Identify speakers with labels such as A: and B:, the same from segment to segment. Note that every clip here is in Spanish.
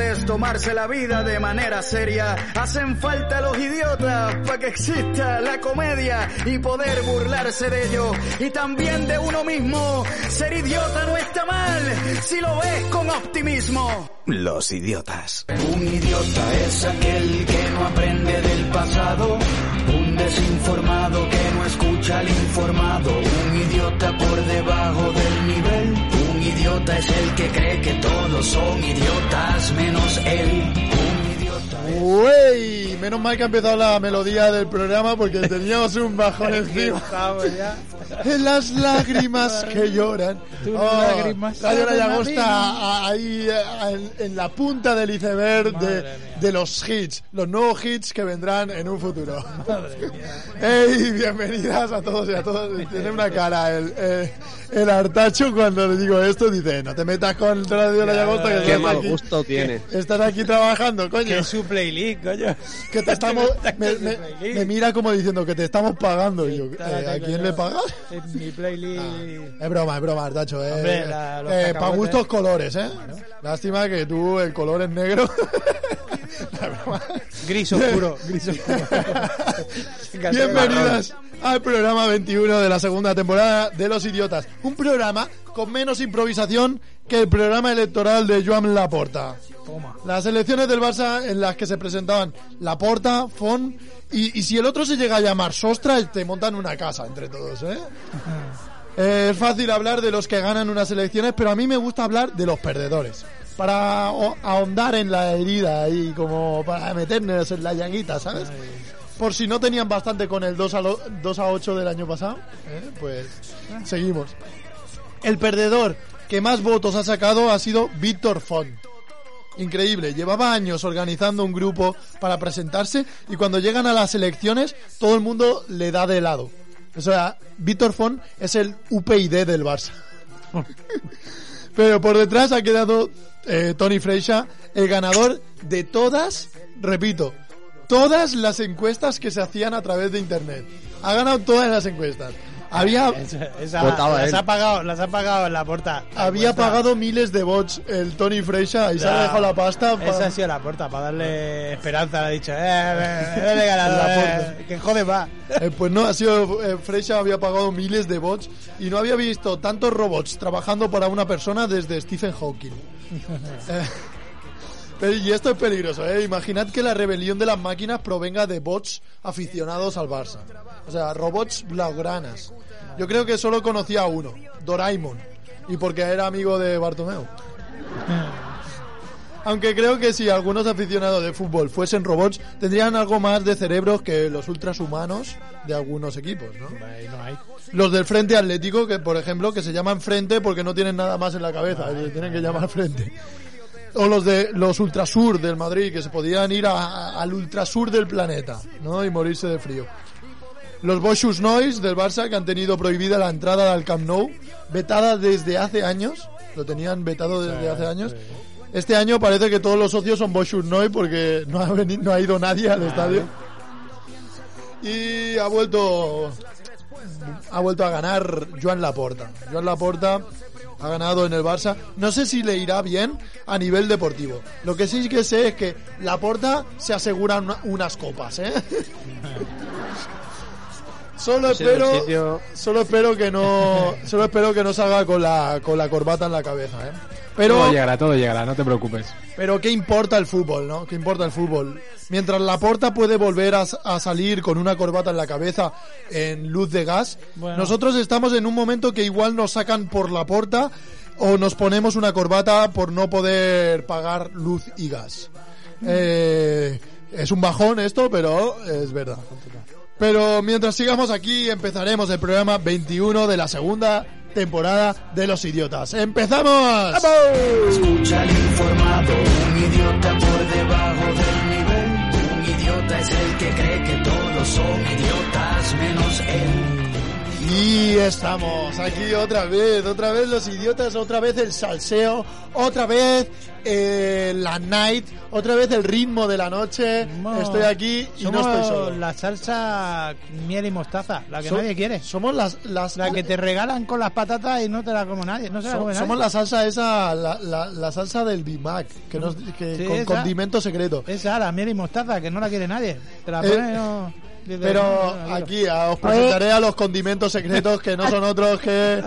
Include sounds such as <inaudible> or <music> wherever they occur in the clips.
A: es tomarse la vida de manera seria. Hacen falta los idiotas para que exista la comedia y poder burlarse de ellos y también de uno mismo. Ser idiota no está mal si lo ves con optimismo.
B: Los idiotas.
C: Un idiota es aquel que no aprende del pasado. Un desinformado que no escucha al informado. Un idiota por debajo del nivel. Un idiota es el que cree que todos son idiotas menos él. Un idiota es...
D: Uy, menos mal que ha empezado la melodía del programa porque teníamos un
E: <laughs>
D: bajón encima.
E: Vamos ya.
D: Las lágrimas que lloran.
E: Tus lágrimas
D: La llora de
E: saben a
D: agosto
E: mí.
D: a- ahí a- en, en la punta del iceberg
E: Madre
D: de,
E: mía.
D: de los hits, los nuevos hits que vendrán en un futuro. <laughs> ¡Ey! Bienvenidas a todos y a todas. Tiene una cara el, eh, el hartacho cuando le digo esto. Dice: No te metas con Radio La Llagosta que
F: Qué
D: estás
F: mal
D: aquí-
F: gusto tiene.
D: Estás aquí trabajando, coño.
E: Que es su playlist, coño.
D: Que te
E: <laughs>
D: estamos. Me, me-
E: playlist.
D: me mira como diciendo que te estamos pagando. Y yo,
E: Está,
D: "Eh, ¿A
E: coño,
D: quién le pagas? Ah.
E: Es mi playlist.
D: Es broma, es broma, Tacho. Eh,
E: Hombre, la- los
D: para
E: cacahuetes.
D: gustos colores, ¿eh? Lástima que tú el color es
E: <laughs>
D: negro. La broma.
E: Gris oscuro, <laughs> gris oscuro.
D: Bienvenidas al programa 21 de la segunda temporada de Los Idiotas. Un programa con menos improvisación que el programa electoral de Joan Laporta.
E: Toma.
D: Las elecciones del Barça en las que se presentaban Laporta, Fon y, y si el otro se llega a llamar Sostra, te montan una casa entre todos, ¿eh? Eh, Es fácil hablar de los que ganan unas elecciones, pero a mí me gusta hablar de los perdedores. Para o- ahondar en la herida y como para meternos en la llaguita, ¿sabes? Por si no tenían bastante con el 2 a, lo- 2 a 8 del año pasado, ¿eh? pues seguimos. El perdedor que más votos ha sacado ha sido Víctor Font. Increíble, llevaba años organizando un grupo para presentarse y cuando llegan a las elecciones todo el mundo le da de lado. O sea, Víctor Font es el UPyD del Barça. <laughs> Pero por detrás ha quedado eh, Tony Freixa, el ganador de todas, repito, todas las encuestas que se hacían a través de internet. Ha ganado todas las encuestas. Había,
E: Esa- esa-
F: Votaba
E: las
F: él.
E: ha pagado, las ha pagado en la puerta.
D: había pagado miles de bots el Tony Freixa y se ha dejado la pasta. pa-
E: Esa ha sido la puerta para darle esperanza. Le ha dicho, eh, eh,
D: <laughs>
E: dale ganador,
D: Laporta.
E: eh, que jode va.
D: Eh, pues no, ha sido. eh, Freixa había pagado miles de bots y no había visto tantos robots trabajando para una persona desde Stephen
E: <laughs>
D: Hawking. Eh, pero- y esto es peligroso, ¿eh? Imaginad que la rebelión de las máquinas provenga de bots aficionados al Barça. O sea, robots blaugranas. Yo creo que solo conocía a uno, Doraemon. Y porque era amigo de Bartomeu. Aunque creo que si algunos aficionados de fútbol fuesen robots, tendrían algo más de cerebros que los ultras humanos de algunos equipos, ¿no?
E: Ahí no hay.
D: Los del Frente Atlético, que por ejemplo, que se llaman Frente porque no tienen nada más en la cabeza, se tienen que llamar Frente. O los de los Ultrasur del Madrid, que se podían ir a- a- al Ultrasur del planeta, ¿no? Y morirse de frío. Los Boschus Nois del Barça, que han tenido prohibida la entrada al Camp Nou, vetada desde hace años, lo tenían vetado desde hace años. Este año parece que todos los socios son Boschus Nois porque no ha, venido, no ha ido nadie al estadio. Y ha vuelto ha vuelto a ganar Joan Laporta. Joan Laporta ha ganado en el Barça. No sé si le irá bien a nivel deportivo. Lo que sí que sé es que Laporta se asegura una- unas copas, ¿eh? <laughs> Solo
F: Ese es el
D: espero,
F: sitio-
D: solo espero que no, solo espero que no salga con la, con la corbata en la cabeza, ¿eh? Pero
G: Todo llegará, todo llegará, no te preocupes.
D: pero qué importa el fútbol, ¿no? ¿Qué importa el fútbol? Mientras Laporta puede volver a, a salir con una corbata en la cabeza en luz de gas,
E: Bueno.
D: nosotros estamos en un momento que igual nos sacan por Laporta o nos ponemos una corbata por no poder pagar luz y gas. Eh, es un bajón esto, pero es verdad. Pero mientras sigamos aquí, empezaremos el programa 21 de la segunda temporada de Los Idiotas. ¡Empezamos!
C: Escucha al informado, un idiota por debajo del nivel. Un idiota es el que cree que todos son idiotas menos él.
D: Y Aquí estamos, aquí otra vez, otra vez los idiotas, otra vez el salseo, otra vez eh, la night, otra vez el ritmo de la noche.
E: Somos-
D: Estoy aquí y no
E: somos
D: estoy solo.
E: La salsa miel y mostaza, la que
D: So-
E: nadie quiere.
D: Somos las, las
E: La que te regalan con las patatas y no te la come nadie. No se la
D: so-
E: come nadie.
D: somos la salsa esa, la, la- la salsa del Bimac, que, nos, que
E: Sí,
D: con
E: esa. Eh,
D: condimento secreto.
E: Esa, la miel y mostaza, que no la quiere nadie. Te la
D: Eh,
E: pones. no- dices, no, no, no,
D: Pero
E: no,
D: aquí ah, os presentaré a los condimentos secretos que no son otros que,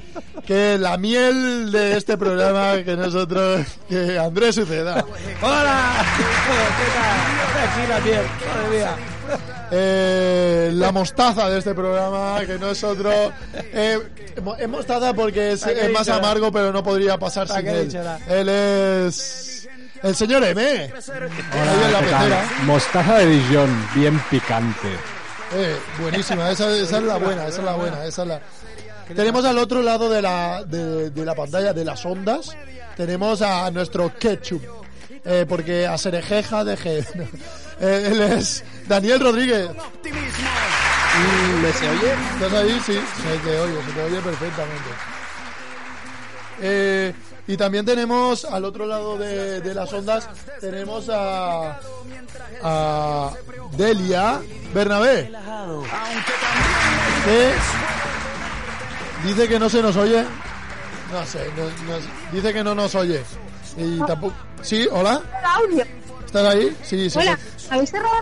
D: que la miel de este programa que nosotros que Andrés Suceda.
E: ¡Hola! ¿Qué tal? Aquí la piel, madre mía.
D: Eh, la mostaza de este programa que no es otro. eh, mo- es mostaza porque es,
E: ¿Para qué
D: es más
E: dichola?
D: amargo pero no podría pasar
E: ¿Para
D: sin
E: qué
D: él.
E: dichola?
D: Él es el señor M. Ahí en la
G: ¿Qué tal?
D: pecera.
G: Mostaza de Dijon, bien picante.
D: Eh, buenísima, esa, esa es la buena, esa es la buena, esa es la. Tenemos al otro lado de la, de, de la pantalla, de las ondas, tenemos a nuestro ketchup. Eh, porque a Serejeja de G. <laughs> Eh, él es Daniel Rodríguez.
A: Optimismo.
D: ¿Me se oye? ¿Estás ahí? Sí, se te oye, se te oye perfectamente. Eh, y también tenemos al otro lado de, de las ondas, tenemos a, a Delia Bernabé. que dice que no se nos oye. No sé, no- no- dice que no nos oye. Y tampoco. ¿Sí? ¿Hola?
B: audio.
D: ¿Estás ahí? Sí, sí.
B: Hola, ¿me habéis cerrado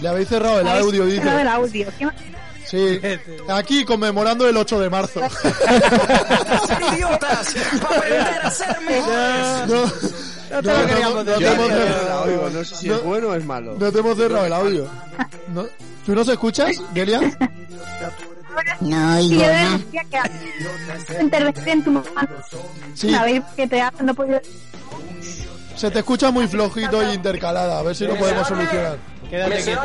D: Le habéis cerrado el
B: me habéis
D: audio, dice.
B: cerrado el audio? ¿Qué más?
D: Sí, aquí conmemorando el 8 de marzo.
A: Ser idiotas para aprender a ser mejores.
D: No, no,
E: te lo
D: no,
E: queríamos
D: no,
E: decir.
D: no te hemos
E: Yo
D: cerrado-
F: la oigo, no sé si
D: No.
F: es bueno o es malo.
D: No te hemos cerrado el audio. No- ¿Tú nos escuchas, Delia?
H: No,
B: Sí,
H: oigo
B: yo
H: nada.
B: decía que había intervención en tu mano.
D: Sí,
B: Sabéis que te hacen no puedo.
D: se te escucha muy flojito e intercalada. A ver si lo podemos solucionar.
E: Quédate quieto.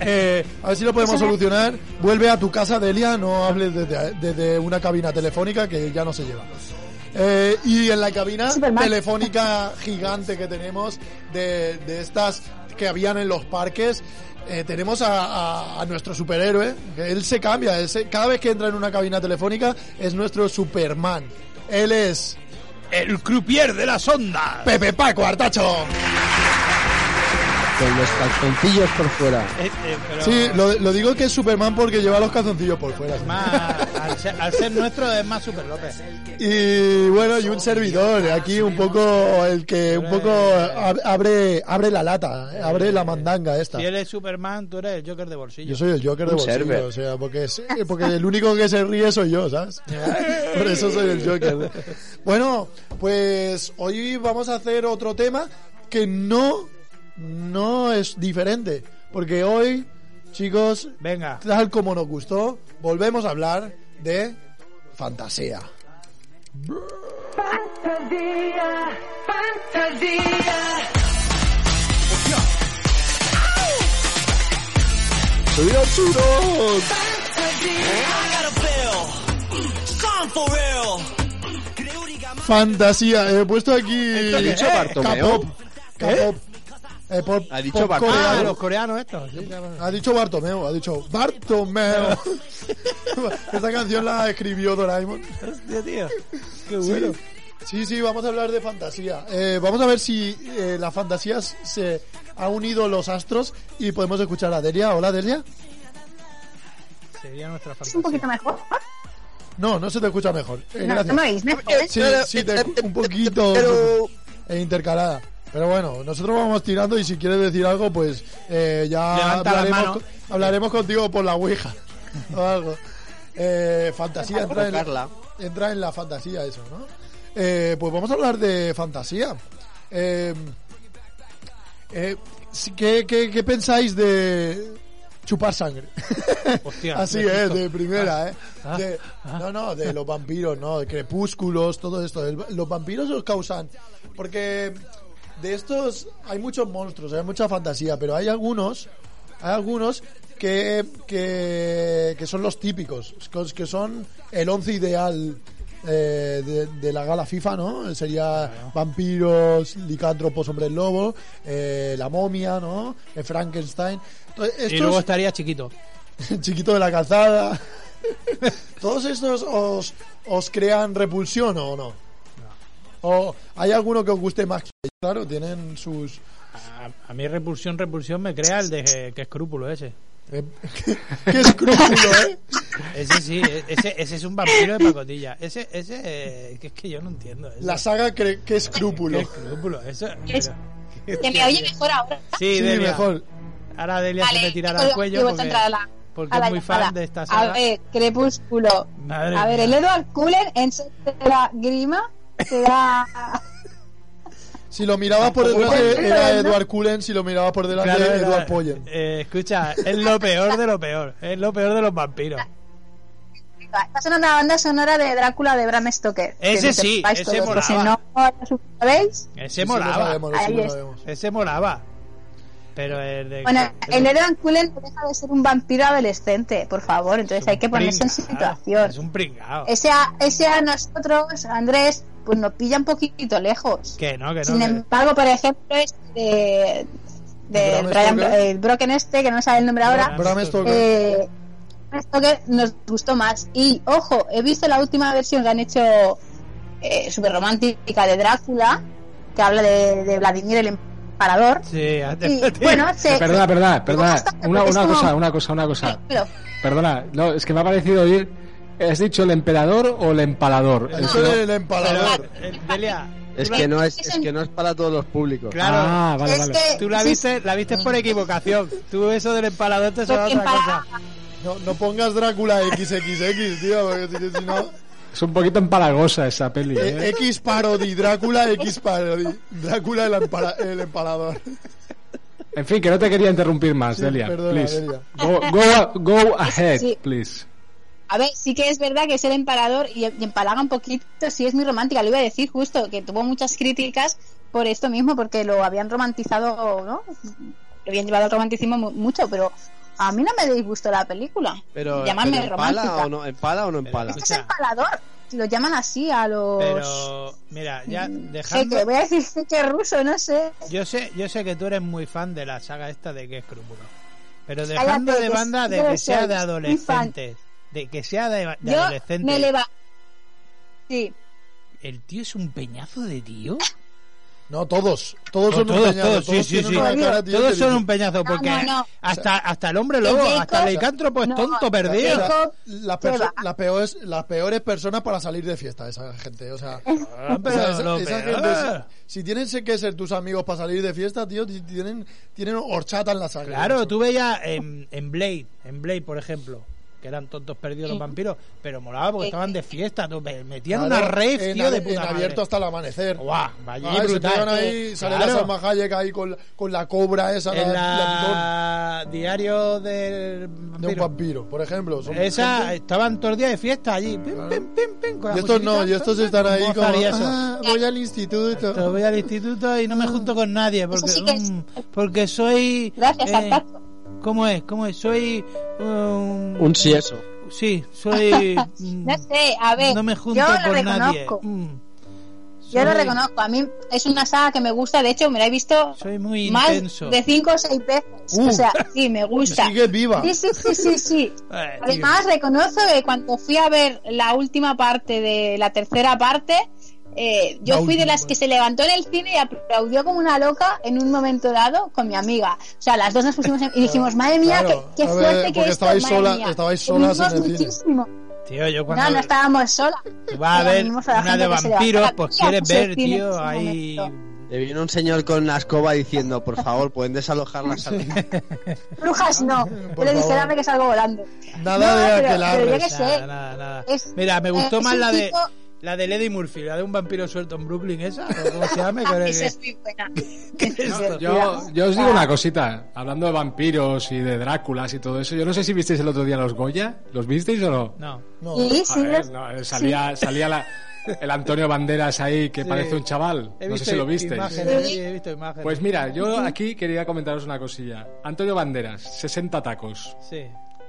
D: Eh, a ver si lo podemos solucionar. Vuelve a tu casa, Delia. No hables desde, desde una cabina telefónica que ya no se lleva. Eh, y en la cabina
B: Superman.
D: telefónica gigante que tenemos, de, de estas que habían en los parques, eh, tenemos a, a- a nuestro superhéroe. que Él se cambia. él se- cada vez que entra en una cabina telefónica es nuestro Superman. Él es
E: El croupier de las ondas.
D: Pepe Paco Artacho.
F: Con los calzoncillos por fuera.
E: Eh, eh, pero
D: Sí, lo, lo digo que es Superman porque lleva los calzoncillos por fuera.
E: más- al, ser, al ser nuestro es más Super López.
D: Y bueno, y un servidor, aquí un poco el que un poco ab- abre abre la lata, abre la mandanga esta.
E: Si él es Superman, tú eres el Joker de
D: Yo
E: bolsillo.
D: soy el Joker de
F: Un
D: bolsillo,
F: server.
D: o sea, porque, es- porque el único que se ríe soy yo, ¿sabes? Por eso soy el Joker. Bueno, pues hoy vamos a hacer otro tema que no no es diferente, porque hoy, chicos,
E: Venga.
D: tal como nos gustó, volvemos a hablar de fantasía. Fantasía, he puesto aquí.
F: ¿Ha dicho Bartomeu?
D: K-pop. K-pop. Eh, pop-
F: Ha dicho
D: pop
F: Bartomeu.
E: Ah,
D: coreano.
E: los coreanos estos. sí, claro.
D: Ha dicho Bartomeu, ha dicho Bartomeu.
F: <laughs>
D: Esta canción la escribió Doraemon.
E: Hostia, tío. Qué bueno.
D: Sí, sí, vamos a hablar de fantasía. Eh, vamos a ver si eh, las fantasías se ha unido los astros y podemos escuchar a Delia. Hola, Delia.
E: Sería nuestra
B: Es un
E: fantasía.
B: poquito mejor.
E: Eh,
D: No, no se te escucha mejor.
B: No, no ¿Eh?
D: Eh, gracias.
B: me oís mejor.
D: Sí, sí, te- un poquito. e intercalada. Pero bueno, nosotros vamos tirando y si quieres decir algo, pues eh, ya
E: Levanta la
D: hablaremos,
E: mano.
D: co- hablaremos contigo por la Ouija <laughs> o algo. Eh, fantasía entra en, la,
F: Tocarla.
D: entra en la fantasía eso, ¿no? Eh, pues vamos a hablar de fantasía. Eh, eh, sí, ¿qué, qué, qué pensáis de chupar sangre? <laughs>
E: Hostia, <laughs>
D: Así
E: me
D: es,
E: asusto.
D: de primera, ¿eh?
E: Ah,
D: De- no, no, de los vampiros, ¿no? De crepúsculos, todo esto. El- los vampiros los causan. Porque de estos hay muchos monstruos, hay mucha fantasía, pero hay algunos, hay algunos que, que, que son los típicos, que- que son el once ideal. eh, de, de la gala FIFA, ¿no? Sería vampiros, licántropos, hombres lobo, eh, la momia, ¿no? El Frankenstein. Entonces,
E: Y
D: estos- <laughs>
E: luego estaría chiquito.
D: chiquito de la calzada. <laughs> ¿Todos estos os, os crean repulsión o no? ¿O hay alguno que os guste más? que- Claro, tienen sus...
E: A, a mí repulsión, repulsión me crea el de que, que escrúpulo ese.
D: eh, <laughs> ¡Qué escrúpulo, eh!
E: Ese sí, e- ese, ese es un vampiro de pacotilla. Ese, ese, eh, que es que yo no entiendo. Eso.
D: La saga cre- ¡Qué
E: ¿Qué
D: escrúpulo!
E: escrúpulo? Eso.
B: Es- Que me oye mejor ahora.
E: Sí,
D: Sí,
E: Delia.
D: mejor.
E: Ahora Delia se me
B: Vale,
E: tirará
B: colgo-
E: al cuello.
B: y vuelvo a
E: Porque,
B: entrar a la-
E: porque
B: a la
E: es muy fan
B: llamada.
E: de esta
B: A
E: saga.
B: ver, Crepúsculo.
E: Madre
B: a ver,
E: mía.
B: el Edward Cullen en se te da grima, te da...
D: Si lo mirabas por
E: Tampoco
D: delante
B: es-
D: era
B: ¿no?
D: Edward Cullen, si lo mirabas por delante
E: Claro,
D: era
E: era-
D: Edward Pollen.
E: eh, escucha, es lo peor de lo peor. Es lo peor de los vampiros.
B: Está sonando la banda sonora de Drácula de Bram Stoker. que
E: Ese
B: lo
E: sí,
B: sepáis
E: ese
B: que Si
E: molaba.
B: no la sabéis.
E: Ese
D: Eso lo
E: molaba.
D: sabemos, eso
B: Ahí
D: lo
B: es.
D: sabemos.
E: Ese molaba. Pero el de.
B: Bueno,
E: el
B: el
E: de-
B: Edward Cullen no deja de ser un vampiro adolescente, por favor. Entonces hay que ponerse en
E: pringao,
B: situación.
E: ah, Es un pringao.
B: Ese a, ese a nosotros, a Andrés, pues nos pilla un poquito lejos.
E: Que no, que no.
B: Sin
E: que-
B: embargo, por ejemplo, este de, de
D: Bram
B: Brian-
D: Stoker.
B: eh, Broken este, que no me sale el nombre ahora,
D: Bram Stoker.
B: eh, Bram Stoker nos gustó más. Y ojo, he visto la última versión que han hecho eh, súper romántica de Drácula, que habla de, de Vladimir el Emperador.
E: Sí, antes-
B: Y bueno, se...
G: Perdona, perdona, perdona.
B: Bastante,
G: Una,
B: porque es
G: una
B: como-
G: cosa, una cosa, una cosa.
B: Pero,
G: Perdona, no, es que me ha parecido oír. ¿Has dicho el emperador o el empalador?
D: Eso
G: Es que no-
D: era el
E: Pero,
D: empalador.
E: eh, Delia,
F: Es
B: Tú
F: que
B: la-
F: no es, es que no es para todos los públicos.
E: claro.
G: Ah, vale,
B: es
G: vale.
B: que...
E: Tú la
B: sí,
E: viste, la viste por equivocación. Tú eso del empalador te suena a
B: porque
E: otra
B: para-
E: cosa.
D: No, no pongas Drácula XXX, tío, porque si- si no...
G: Es un poquito empalagosa esa peli,
D: Eh,
G: ¿eh?
D: X parody, Drácula X parody. Drácula el, empala- el empalador.
G: En fin, que no te quería interrumpir más,
D: Sí,
G: Delia.
D: perdona,
G: please.
D: Delia.
G: Go, go, go ahead,
B: Sí.
G: please.
B: A ver, sí que es verdad que es el emparador y, y empalaga un poquito, sí es muy romántica, lo iba a decir justo, que tuvo muchas críticas por esto mismo, porque lo habían romantizado, ¿no? Lo habían llevado al romanticismo mu- mucho, pero a mí no me disgustó la película.
F: Pero,
B: Llamarme
F: pero ¿empala,
B: romántica.
F: o no, ¿Empala o no empala?
B: Este es empalador, lo llaman así a los...
E: Pero, mira, ya
B: Jeque,
E: dejando.
B: voy a decir <laughs> que ruso, no sé.
E: Yo sé, yo sé que tú eres muy fan de la saga esta de que escrúpulo. Pero
B: Cállate,
E: dejando de
B: que
E: banda de
B: yo
E: que sea
B: soy
E: de
B: muy
E: adolescentes. De que sea de, de
B: Yo
E: adolescentes.
B: me eleva... Sí,
E: El tío es un peñazo de tío.
D: No, todos. Todos
E: No,
D: son
E: todos,
D: un peñado.
E: todos, sí, sí,
D: tienen
E: sí.
D: una cara, tío,
E: Todos
D: que
E: son
D: dices,
E: un peñazo porque
B: no, no.
E: hasta hasta el hombre lobo,
B: Jacob-
E: hasta el licántropo es
B: No,
E: tonto perdido.
D: o sea,
B: Jacob
D: las,
B: se
D: perso-
B: va.
D: las peores, las peores personas para salir de fiesta, esa gente. O sea,
E: Ah, pero ah.
D: o sea, esa-
E: lo
D: esa
E: peor.
D: gente, si, si tienen que ser tus amigos para salir de fiesta, tío, ti- tienen, tienen horchata en la sangre.
E: Claro,
D: macho.
E: tú veías en, en Blade, en Blade por ejemplo, que eran tontos perdidos los vampiros, pero molaba
B: Eh,
E: porque estaban de fiesta, tú, me- metían
D: Claro,
E: una rave,
D: en
E: tío, de
D: abier-
E: puta
D: en
E: madre.
D: abierto hasta el amanecer.
E: Guau, vaya
D: Ah, se
E: brutal.
D: pegan ahí, sale
E: Claro.
D: la Salma Hayek ahí con, la- con la cobra esa, la,
E: en
D: la pitón.
E: la diario del
D: de un
E: vampiro.
D: vampiro, por ejemplo. Son
E: Esa
D: gente-
E: estaban todos los días de fiesta allí. Pim, pim, pim, pim, con
D: eh,
E: la
D: Y estos no,
E: musiquita,
D: y estos
E: pim,
D: están
E: pim,
D: ahí como,
E: mozar y eso.
D: "Ah, voy al instituto.
E: Entonces voy al instituto y no me junto con nadie porque
B: sí que es-
E: mm, porque soy
B: gracias,
E: eh,
B: Santaco.
E: ¿Cómo es? ¿Cómo es? Soy um,
F: Un sí eso.
E: sí, soy
B: <laughs>
E: mm,
B: No sé, a ver,
E: no me junto
B: yo lo
E: con nadie.
B: reconozco.
E: Mm,
B: Yo lo
E: soy-
B: reconozco, a mí es una saga que me gusta, de hecho me la he visto
E: Soy muy
B: más
E: intenso.
B: de 5 o 6 veces.
D: Uh.
B: o sea, sí, me gusta.
D: Sigue viva.
B: Sí, sí, sí, sí,
D: <laughs>
B: sí.
E: Eh,
B: Además, reconozco que cuando fui a ver la última parte de la tercera parte, eh, yo
D: La
B: fui de
D: última
B: las que se levantó en el cine y aplaudió como una loca en un momento dado con mi amiga. O sea, las dos nos pusimos en- y dijimos, madre mía,
D: Claro,
B: qué, qué
D: a ver,
B: fuerte que
D: porque
B: es
D: estabais sola- estabais solas en el cine.
E: tío, yo cuando
B: No, no estábamos solas.
E: tú vas a ver
B: Reunimos a la
E: una de
B: gente que se levantó
E: vampiros,
B: la
E: pues
B: tía,
E: quieres
B: puso el
E: ver,
B: cine en
E: tío,
B: ese
E: ahí
B: momento.
F: Le vino un señor con la escoba diciendo, por favor, pueden desalojar
D: <laughs>
F: la sala.
B: Brujas
E: <laughs>
B: no.
D: Por
B: le dije,
D: favor.
B: dame que salgo volando.
D: Nada
B: No,
D: de
B: pero-
D: aquelarres.
B: pero yo qué
E: nada,
B: sé.
E: nada, nada.
B: Es- eh,
E: Mira, me gustó
B: es
E: más
B: un
E: la de
B: tipo-
E: la de Lady Murphy, la de un vampiro suelto en Brooklyn esa, o ¿cómo
B: <laughs>
E: se llama? Que
B: Esa Ah, es muy
E: <laughs>
B: buena. <laughs>
G: Yo, yo os digo una cosita, hablando de vampiros y de Dráculas y todo eso, yo no sé si visteis el otro día los Goya, ¿los visteis o no?
E: No.
D: No,
B: Sí, sí,
G: Joder,
B: los-
G: no, eh, salía salía la- el Antonio Banderas ahí que parece un chaval,
E: He
G: no sé
E: visto
G: si lo visteis.
E: Imágenes, sí, he visto imágenes.
G: Pues mira, yo aquí quería comentaros una cosilla. Antonio Banderas, 60 tacos.
E: sí,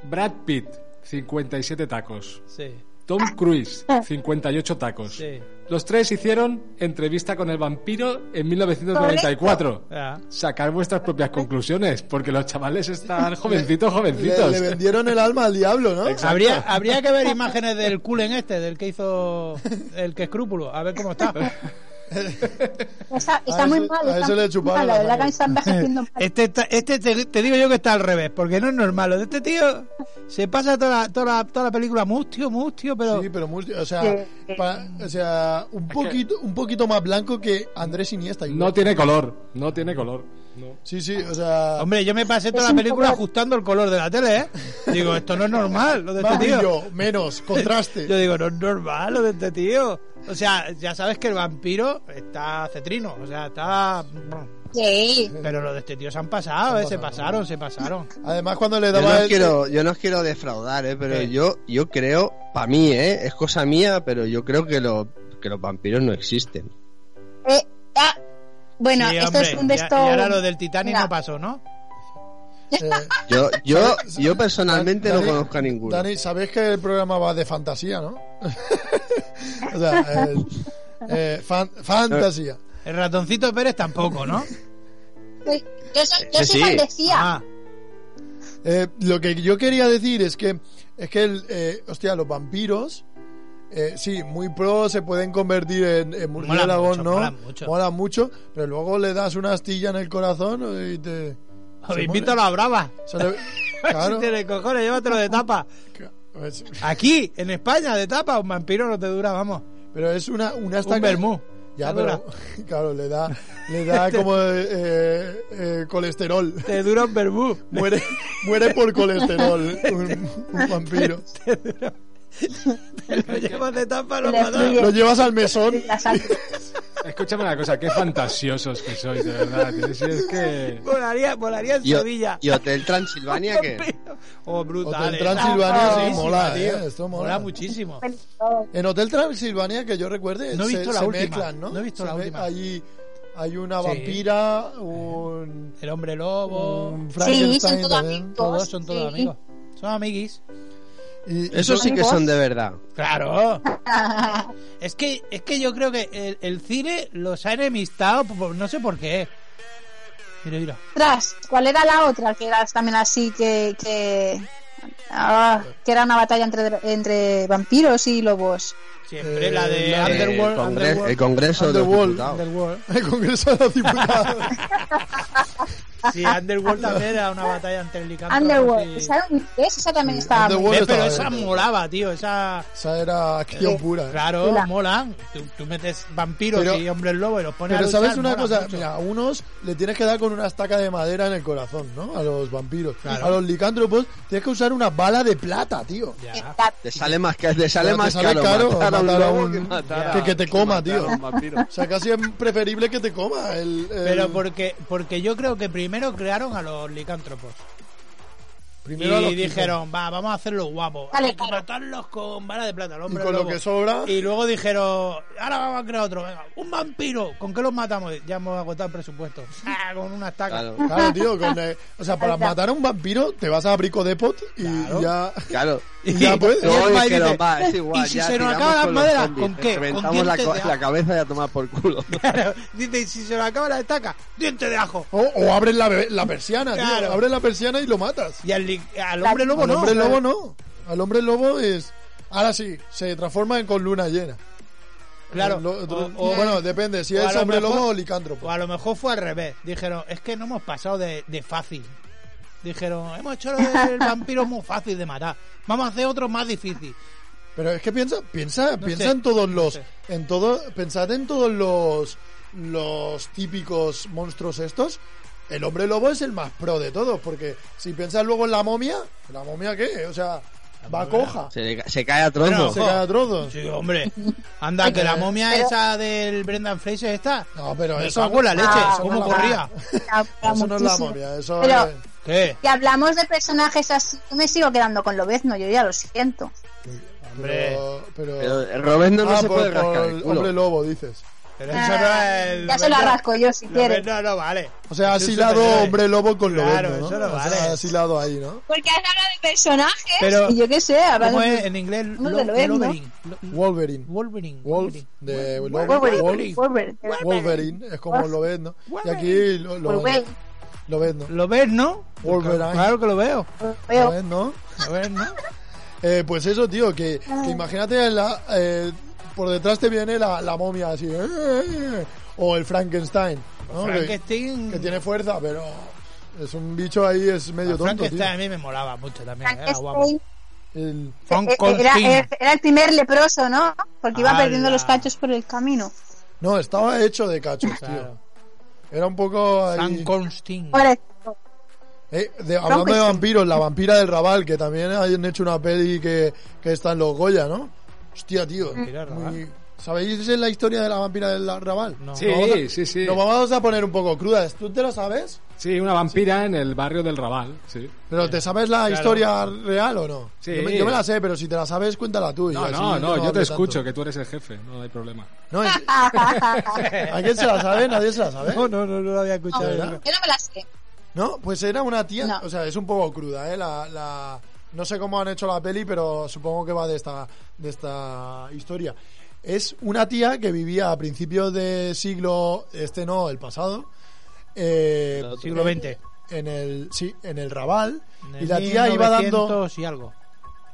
G: Brad Pitt, 57 tacos.
E: sí,
B: <laughs>
G: Tom Cruise, 58 tacos.
E: sí.
G: Los tres hicieron entrevista con el vampiro en 1994.
E: Ya.
G: Sacar vuestras propias conclusiones, porque los
D: <laughs>
G: chavales están jovencitos, jovencitos.
D: Le, le vendieron el alma al diablo, ¿no?
G: Exacto.
E: Habría, habría que ver imágenes del culen este, del que hizo el que escrúpulo, a ver cómo está.
B: Está, está
D: A
B: muy
D: ese-
B: mal.
D: a
B: está
D: ese le
B: muy
D: chuparon
B: mal, La
D: la
B: verdad que
D: mano.
B: está
E: <laughs>
B: envejeciendo mal.
E: Este, está- este te, te digo yo que está al revés, porque no es normal. Lo de Este tío se pasa toda la, toda la, toda la película mustio, mustio, pero...
D: Sí, pero muy- o sea,
B: Sí.
D: pa- o sea, un poquito, un poquito más blanco que Andrés Iniesta. igual.
G: No tiene color, no tiene color. No.
D: Sí, sí, o sea,
E: Hombre, yo me pasé toda
B: Es
E: la
B: un
E: película
B: poco-
E: ajustando el color de la tele, ¿eh? Digo, esto no es normal, lo de
D: más
E: este tío.
D: brillo, <laughs> menos contraste.
E: Yo digo, no es normal lo de este tío. O sea, ya sabes que el vampiro está cetrino, o sea, está...
B: Sí.
E: Pero lo de este tío se han pasado, ¿eh? Se pasaron, se pasaron.
D: Además, eh. cuando le
F: Yo
D: daba
F: no, os
D: el-
F: quiero, yo no os quiero defraudar, ¿eh? pero
E: Sí.
F: yo, yo creo, para mí, ¿eh? es cosa mía, pero yo creo que, lo, que los vampiros no existen.
B: Eh, ah, bueno,
E: Sí,
B: esto
E: hombre,
B: es un
E: ya-
B: de
E: y,
B: estos-
E: ahora lo del Titanic
B: Mira,
E: no pasó, ¿no?
D: eh,
F: Yo,
D: <laughs>
F: yo, yo personalmente no
D: Dani-
F: conozco a ninguno.
D: Dani, sabéis que el programa va de fantasía, ¿no? <laughs> o sea, el- eh, fan- fantasía.
E: El ratoncito Pérez
B: <laughs>
E: tampoco, ¿no?
B: sí, Yo soy, yo soy
E: Eh,
F: Sí, sí.
B: maldecía.
E: Ah,
D: Eh, lo que yo quería decir es que, es que el, eh, hostia, los vampiros, eh, sí, muy pro, se pueden convertir en, en murciélagos,
E: mucho,
D: ¿no?
E: molan mucho.
D: Molan mucho, pero luego le das una astilla en el corazón y te...
E: os
D: se
E: invito a
D: muere.
E: la brava. <laughs>
D: Se le-
E: Si
D: Claro. pues,
E: tienes cojones, llévatelo de tapa.
D: ca- es-
E: Aquí, en España, de tapa, un vampiro no te dura, vamos.
D: Pero es una, una estaca-
E: Un vermú. Este
D: Ya,
E: Te
D: pero <laughs>
E: dura-
D: claro, le da, le
E: <laughs>
D: da como eh, eh, colesterol.
E: Te dura un vermú.
D: <laughs> Muere, muere por
E: <laughs>
D: colesterol un, un vampiro.
E: Te lo llevas de tapa, lo
B: Le
E: matas.
B: fluye
D: Lo llevas al mesón.
B: la sal.
G: Escúchame una cosa, qué fantasiosos que sois, de verdad. tío. Si es que...
E: Volaría, volaría en
F: Y, o-
E: Sevilla.
F: y
D: <laughs>
F: Hotel Transilvania que...
E: Oh, brutal.
D: Hotel
E: eh.
D: Transilvania, sí,
E: Buenísima,
D: mola,
E: tío.
D: eh, esto mola.
E: muchísimo.
D: En Hotel Transilvania, que yo recuerde,
E: No he
D: se,
E: visto la
D: se
E: última,
D: mezclan, ¿no?
E: no he visto
D: Se
E: la
D: ve-
E: última.
D: Allí hay una
E: Sí.
D: vampira, un,
E: El hombre lobo.
D: un
B: Sí, son
D: Frankenstein
B: todos
D: también.
B: amigos.
E: Todos son todos
B: sí.
E: amigos. Son amiguis.
D: Y- y
F: Eso sí que son de verdad.
B: <laughs>
E: Claro. Es que, es que yo creo que el, el cine los ha enemistado, por- no sé por qué. Mira, mira.
B: Ostras, ¿cuál era la otra? Que era también así, que. que... ah, que era una batalla entre, entre vampiros y lobos.
E: Siempre
D: Eh,
E: la de
D: la de-
F: el,
E: Underworld.
F: congre- el
E: Underworld.
F: Congreso de los
D: Underworld, <laughs>
F: Diputados.
E: Underworld.
D: el Congreso de los
E: <laughs>
D: Diputados.
E: Sí, Underworld también era una batalla entre el
B: Underworld.
E: Sí.
B: ¿Esa, ¿ves? Esa también
D: Sí,
B: estaba. muy-
D: Underworld.
E: Ve, Pero
D: Estaba
E: esa
D: bien.
E: molaba, tío. Esa.
D: Esa era acción pura.
E: Eh, Claro,
B: Mola.
E: mola. Tú, tú metes vampiros
D: Pero-
E: y hombres lobo y los pones a
D: Pero
E: luchar,
D: sabes una
E: mola
D: cosa,
E: mucho.
D: mira, a unos le tienes que dar con una estaca de madera en el corazón, ¿no? A los vampiros.
E: Claro.
D: A los licántropos tienes que usar una bala de plata, tío.
E: Ya.
F: Te sale más, ca- te sale
D: Pero te
F: más
D: sale
F: caro,
D: caro
F: matar a un
D: matar a
F: lobo
D: un-
F: que matar a-
D: que- que te coma,
F: matar a un
D: tío.
F: vampiro.
D: O sea, casi es preferible que te coma el... el-
E: Pero porque, porque yo creo que primero crearon a los licántropos.
D: primero a los
E: y
D: quitan.
E: dijeron, va, vamos a hacerlos guapos.
B: Dale,
E: Hay que
B: claro.
E: matarlos con bala de plata, el
D: Y
E: hombre
D: con lo
E: lobo.
D: que sobra...
E: Y luego dijeron, ahora vamos a crear otro, venga, un vampiro, ¿con qué los matamos? Ya hemos agotado el presupuesto. Ah, con una estaca.
F: Claro.
D: Claro, tío, con, eh, o sea, para matar a un vampiro te vas a Brico Depot y
E: Claro.
D: ya...
F: Claro.
E: Y
D: <laughs> Ya, pues,
E: y el
F: Luego
E: país
F: dijeron,
E: dice,
F: "Va, es igual,
E: y si
F: ya
E: se nos
F: tiramos
E: acaban las
F: con los
E: maderas,
F: zombies,
E: ¿con qué?
F: reventamos
E: Con
F: la,
E: dientes
F: co-
E: de
F: la
E: ajo".
F: cabeza y a tomar por culo.
E: <laughs> Claro, dice, y si se nos acaba la estaca, diente de ajo.
D: O, o abres la, be- la persiana, tío.
E: Claro.
D: Abres la persiana y lo matas.
E: Y al, li- al hombre lobo
D: Al
E: no.
D: hombre lobo no. Al hombre lobo es... Ahora sí, se transforma en con luna llena.
E: Claro.
D: Lo- otro-
E: O- o-
D: bueno, depende, si
E: o a
D: es
E: lo
D: hombre
E: mejor-
D: lobo o
E: O
D: licántropo.
E: a lo mejor fue al revés. Dijeron, es que no hemos pasado de, de fácil. Dijeron, hemos hecho
B: <laughs>
E: el vampiro muy fácil de matar. Vamos a hacer otro más difícil.
D: Pero es que piensa, piensa,
E: No
D: piensa
E: sé,
D: en todos
E: no
D: los,
E: sé.
D: en todo, pensad en todos los, los típicos monstruos estos. El hombre lobo es el más pro de todos, porque si piensas luego en la momia, ¿la momia qué? O sea, va coja,
F: <laughs> Se, le- se cae a
E: Pero-
F: trozos.
D: se cae a trozos.
E: Sí,
B: <laughs>
E: hombre. Anda, que la momia
B: Pero-
E: esa del Brendan Fraser está.
D: No, pero
E: Me
D: eso.
E: cago en la leche,
D: eso no
E: ¿cómo
D: es la
E: corría?
D: momia.
B: Habla
D: <laughs> Eso no es la
B: muchísimo.
D: momia, eso
B: Pero
D: es-
E: ¿Qué?
B: que hablamos de personajes así, yo me sigo quedando con Lobezno, yo ya lo siento.
E: Hombre.
D: Pero. pero-
F: Pero Robert no, pues, no
D: Ah,
F: se
D: por-
F: puede
D: por
F: rascar el
D: el
F: culo.
D: hombre lobo, dices.
E: Pero eso no es el
B: Ah, ya se lo
E: Vendor-
B: arrasco yo si
E: lo
B: quiere.
E: Vendor no vale.
D: O sea, has
E: Sí,
D: hilado
E: señores.
D: hombre lobo con lobo.
E: Claro,
D: ¿no?
E: eso no
D: O sea,
E: vale.
D: has hilado ahí, ¿no?
B: Porque has hablado de personajes
E: Pero-
B: y yo qué sé, hablando
E: ¿Cómo es
B: de
E: en inglés? Lo-
B: No, de lo es, ¿no?
E: Wolverine. Lo-
D: Wolverine.
E: Wolverine.
D: Wolf
E: Wolverine.
D: de lobo.
B: Wolverine,
D: Wolf-
B: Wolverine.
D: Wolverine, es como
B: Wolf-
D: lo ves, ¿no? Y
E: Wolverine.
D: aquí lo, lo,
B: Wolverine.
D: lo ves, ¿no?
E: ¿Lo ves, no?
D: Wolverine.
E: Claro que lo veo.
D: Lo
B: Veo.
D: ves, ¿no?
E: Lo
D: <laughs>
E: ves, ¿no?
D: Eh, pues eso, tío, que, que imagínate la, eh, por detrás te viene la, la momia así, eh, o el Frankenstein, ¿no? Que-
E: Frankenstein.
D: que, tiene fuerza, pero es un bicho ahí, es medio tonto, tío.
E: Frankenstein a mí me molaba mucho también. ¿eh? Era guapo.
B: Frankenstein,
D: El-
B: eh, Era,
E: Frankenstein.
B: era el primer leproso, ¿no? Porque iba
E: Ala.
B: perdiendo los cachos por el camino.
D: no, estaba hecho de cachos, tío.
E: Claro.
D: Era un poco ahí...
E: Frankenstein.
B: Pobrecito.
D: Eh, de- hablando de vampiros, la vampira del Raval, que también han hecho una peli que, que está en los Goya, ¿no? Hostia, tío.
E: Mm. Vampira del Raval.
D: ¿Sabéis la historia de la vampira del Raval?
E: No.
G: Sí,
D: Nos vamos a-
G: sí, sí.
D: Nos vamos a poner un poco crudas. ¿Tú te lo sabes?
G: Sí, una vampira en el barrio del Raval, sí.
D: Pero ¿te sabes la historia real o no?
G: Sí.
D: Yo me, yo me la sé, pero si te la sabes, cuéntala tú. y
G: No,
D: así
G: no,
D: yo
G: no, yo
D: hablo
G: te
D: tanto.
G: escucho, que tú eres el jefe, no hay problema.
B: <laughs>
D: No, es- ¿A quién se la sabe? Nadie se la sabe.
E: No, no, no, no lo había escuchado.
D: ¿Verdad?
B: Yo no me la sé.
D: No, pues era una tía,
B: No.
D: o sea, es un poco cruda, ¿eh? La, la- no sé cómo han hecho la peli, pero supongo que va de esta, de esta historia. Es una tía que vivía a principios de siglo, este no, el pasado, eh,
E: Siglo
D: en-
E: XX.
D: en el, sí, en el Raval,
E: En
D: y
E: el
D: la tía iba dando,
E: 1900 y algo.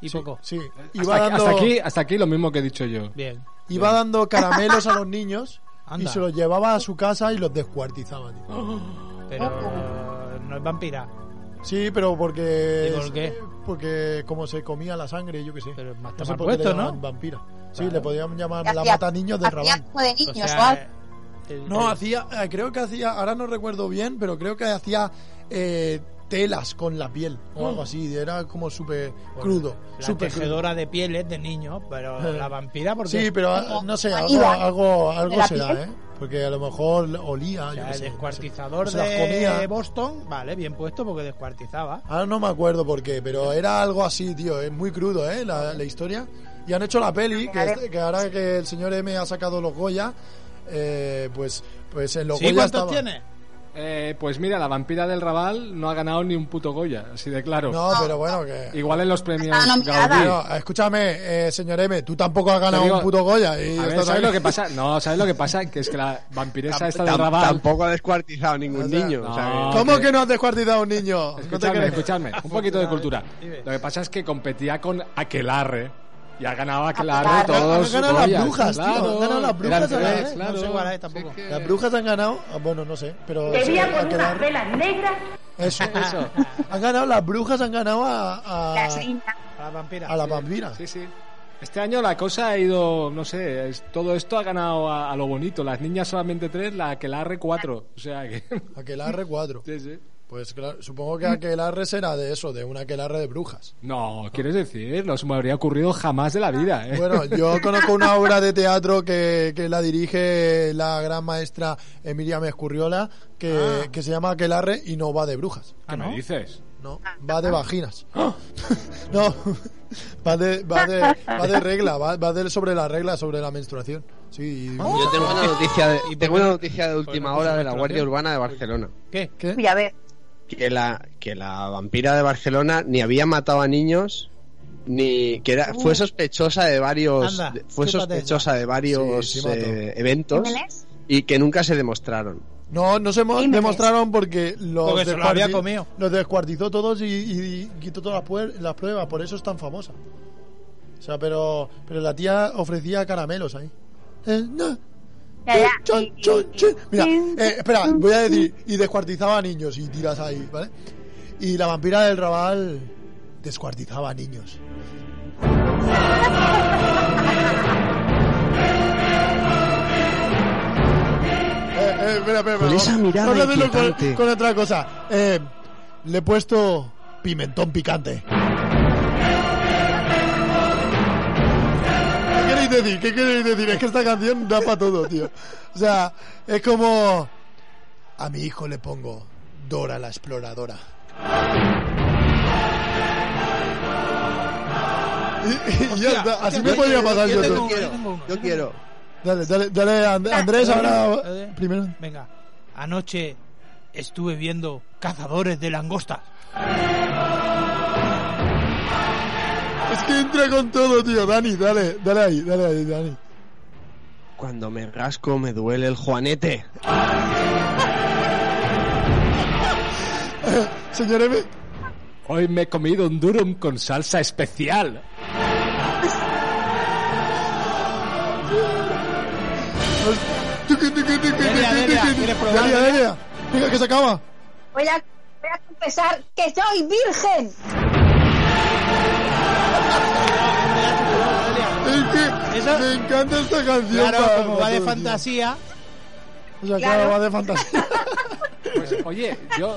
E: Y
D: sí,
E: poco.
D: sí,
G: Hasta,
D: iba
G: aquí-
D: dando,
G: hasta aquí, hasta aquí lo mismo que he dicho yo.
E: Bien.
D: iba dando caramelos a los niños y
E: Anda. Ah.
D: se los llevaba a su casa y los descuartizaba. tío.
E: Pero no es vampira.
D: Sí, pero porque.
E: ¿Y por qué?
D: Porque como se comía la sangre, yo qué sé.
E: Pero más
D: no sé
E: mal
D: por qué le
E: puesto,
D: llamaban
E: ¿no?
D: Vampira. Sí,
E: Claro.
D: le podían llamar la
B: Hacía-
D: mata niños de
B: hacía
D: Raval.
B: como de niños,
E: O sea,
B: o
D: eh,
B: algo.
E: el-
D: No,
E: el-
D: hacía. eh, creo que hacía. Ahora no recuerdo bien, pero creo que hacía eh, telas con la piel o algo así. Era como súper crudo.
E: La
D: Súper crudo. Eh.
E: tejedora de pieles de niño, pero la vampira porque
D: Sí, pero ah, no sé, algo,
B: Aníbal.
D: algo,
B: ¿De
D: algo
B: la
D: será,
B: piel?
D: ¿eh? Porque a lo mejor olía. yo
E: o sea,
D: qué
E: el
D: sé, no sé.
E: descuartizador
D: Se las
E: de
D: comía.
E: Boston, vale, bien puesto porque descuartizaba.
D: Ahora Ah, no me acuerdo por qué, pero era algo así, tío. Es muy crudo, ¿eh? La, la historia. Y han hecho la peli, que, es- que ahora que el señor M ha sacado los Goya, eh, pues, pues en los
E: ¿Sí?
D: Goya
E: ¿Cuántos
D: estaba...
E: tiene?
G: Eh, pues mira, la vampira del Raval no ha ganado ni un puto Goya, así de claro.
D: No,
B: Ah.
D: pero bueno, que...
G: Igual en los premios
B: Está nominada.
G: Gaudí.
D: Pero, escúchame, eh, señor M, tú tampoco has ganado
G: Te digo-
D: un puto Goya. Y
G: A ver,
D: estás
G: ¿sabes
D: ahí.
G: lo que pasa? No, ¿sabes lo que pasa? Que es que la vampiresa esta del
F: Tam-
G: Raval...
F: Tampoco ha descuartizado ningún
D: O sea,
F: niño. o sea
G: no.
D: ¿Cómo
G: Ok.
D: que no has descuartizado a un niño? No te
G: Escuchadme,
D: crees.
G: escuchadme, un poquito de cultura.
E: Dime.
G: Lo que pasa es que competía con Aquelarre y ha ganado
B: Aquelarre.
G: Aquelarre
B: Han
G: todos.
D: Ah, ganado
G: sus
D: las
G: Goyas,
D: brujas, tío, han ganado las
G: Eran
D: brujas
G: tres,
D: Aquelarre,
G: claro.
E: ¿eh? No sé cuál es tampoco.
D: Las brujas han ganado... ah, Bueno, no sé, pero...
I: Bebía
D: sí,
I: con
D: a
I: unas
D: quedar-
I: velas negras.
B: <laughs>
D: Eso, eso. Han ganado, las brujas han ganado a... a-
B: Las niñas.
E: A la vampira.
D: a la vampira.
G: Sí, sí. Este año la cosa ha ido, no sé, es- todo esto ha ganado a, a lo bonito. Las niñas solamente tres, la Aquelarre cuatro. O sea que... <laughs>
D: Aquelarre 4.
G: Sí, sí.
D: Pues claro, supongo que aquelarre será de eso, de un aquelarre de brujas.
G: No, quieres decir, no se me habría ocurrido jamás de la vida. ¿eh?
D: Bueno, yo conozco una obra de teatro que, que la dirige la gran maestra Emilia Mezcurriola, que, que se llama Aquelarre y no va de brujas,
G: ¿Qué me dices?
D: no, va de vaginas. <laughs> No, va de, va de, va de regla, va, va de- sobre la regla, sobre la menstruación. Sí,
F: Yo tengo <laughs> una noticia de, tengo una noticia de última
E: Pues,
F: hora de la
E: menstruación.
F: Guardia Urbana de Barcelona.
E: ¿Qué?
D: ¿Qué?
B: Uy, a ver.
F: Que la, que la vampira de Barcelona ni había matado a niños, ni que era, fue sospechosa de varios,
E: Anda,
F: de- fue
E: chúpate
F: sospechosa de varios
D: Sí, sí mató.
F: eh, eventos
B: ¿Crímenes?
F: y que nunca se demostraron.
D: No, no se mo-
B: Crímenes.
D: demostraron porque los,
E: Porque se lo había comido.
D: los descuartizó todos y, y quitó todas las, puer- las pruebas, por eso es tan famosa. O sea, pero, pero la tía ofrecía caramelos ahí. Eh, no.
I: Ya, ya.
D: Chon,
I: Y- y-
D: chon,
I: y-
D: chon. Mira, eh, espera, voy a decir, y descuartizaba a niños y tiras ahí, ¿vale? Y la vampira del Raval descuartizaba a
F: <laughs>
D: niños. Eh, eh, espera, espera, espera.
F: Con esa mirada
D: Vamos a hacerlo con-
F: inquietante.
D: con otra cosa. Eh, le he puesto pimentón picante. ¿Qué queréis decir? ¿Qué queréis decir? Es que esta canción da para todo, tío. O sea, es como... A mi hijo le pongo Dora la exploradora. Y- y ya está. Así me podría pasar yo.
F: Yo
D: todo.
F: quiero, yo quiero.
D: Dale, dale, dale, And- Andrés, ahora primero.
E: Venga, anoche estuve viendo Cazadores de Langostas.
D: Es que entra con todo, tío. Dani, dale, dale ahí, dale ahí, Dani.
F: Cuando me rasco me duele el juanete.
D: Señor M.
G: Hoy me he comido un durum con salsa especial.
E: Delia, Delia, ¿quieres probar,
D: Delia,
E: Delia?
D: Delia. Venga, que se acaba.
B: Voy a, voy a confesar que soy virgen.
D: Es que
E: Eso-
D: me encanta esta canción.
E: Claro,
D: para-
E: como va
D: para todo,
E: de
D: tío.
E: fantasía.
D: O sea, claro,
B: Claro.
D: va de fantasía.
G: Pues, oye, yo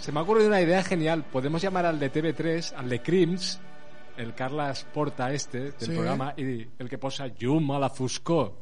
G: se me ha ocurrido una idea genial. Podemos llamar al de TV3, al de Crims, el Carlas Porta este del
D: Sí.
G: programa, y el que posa Yuma la Fusco,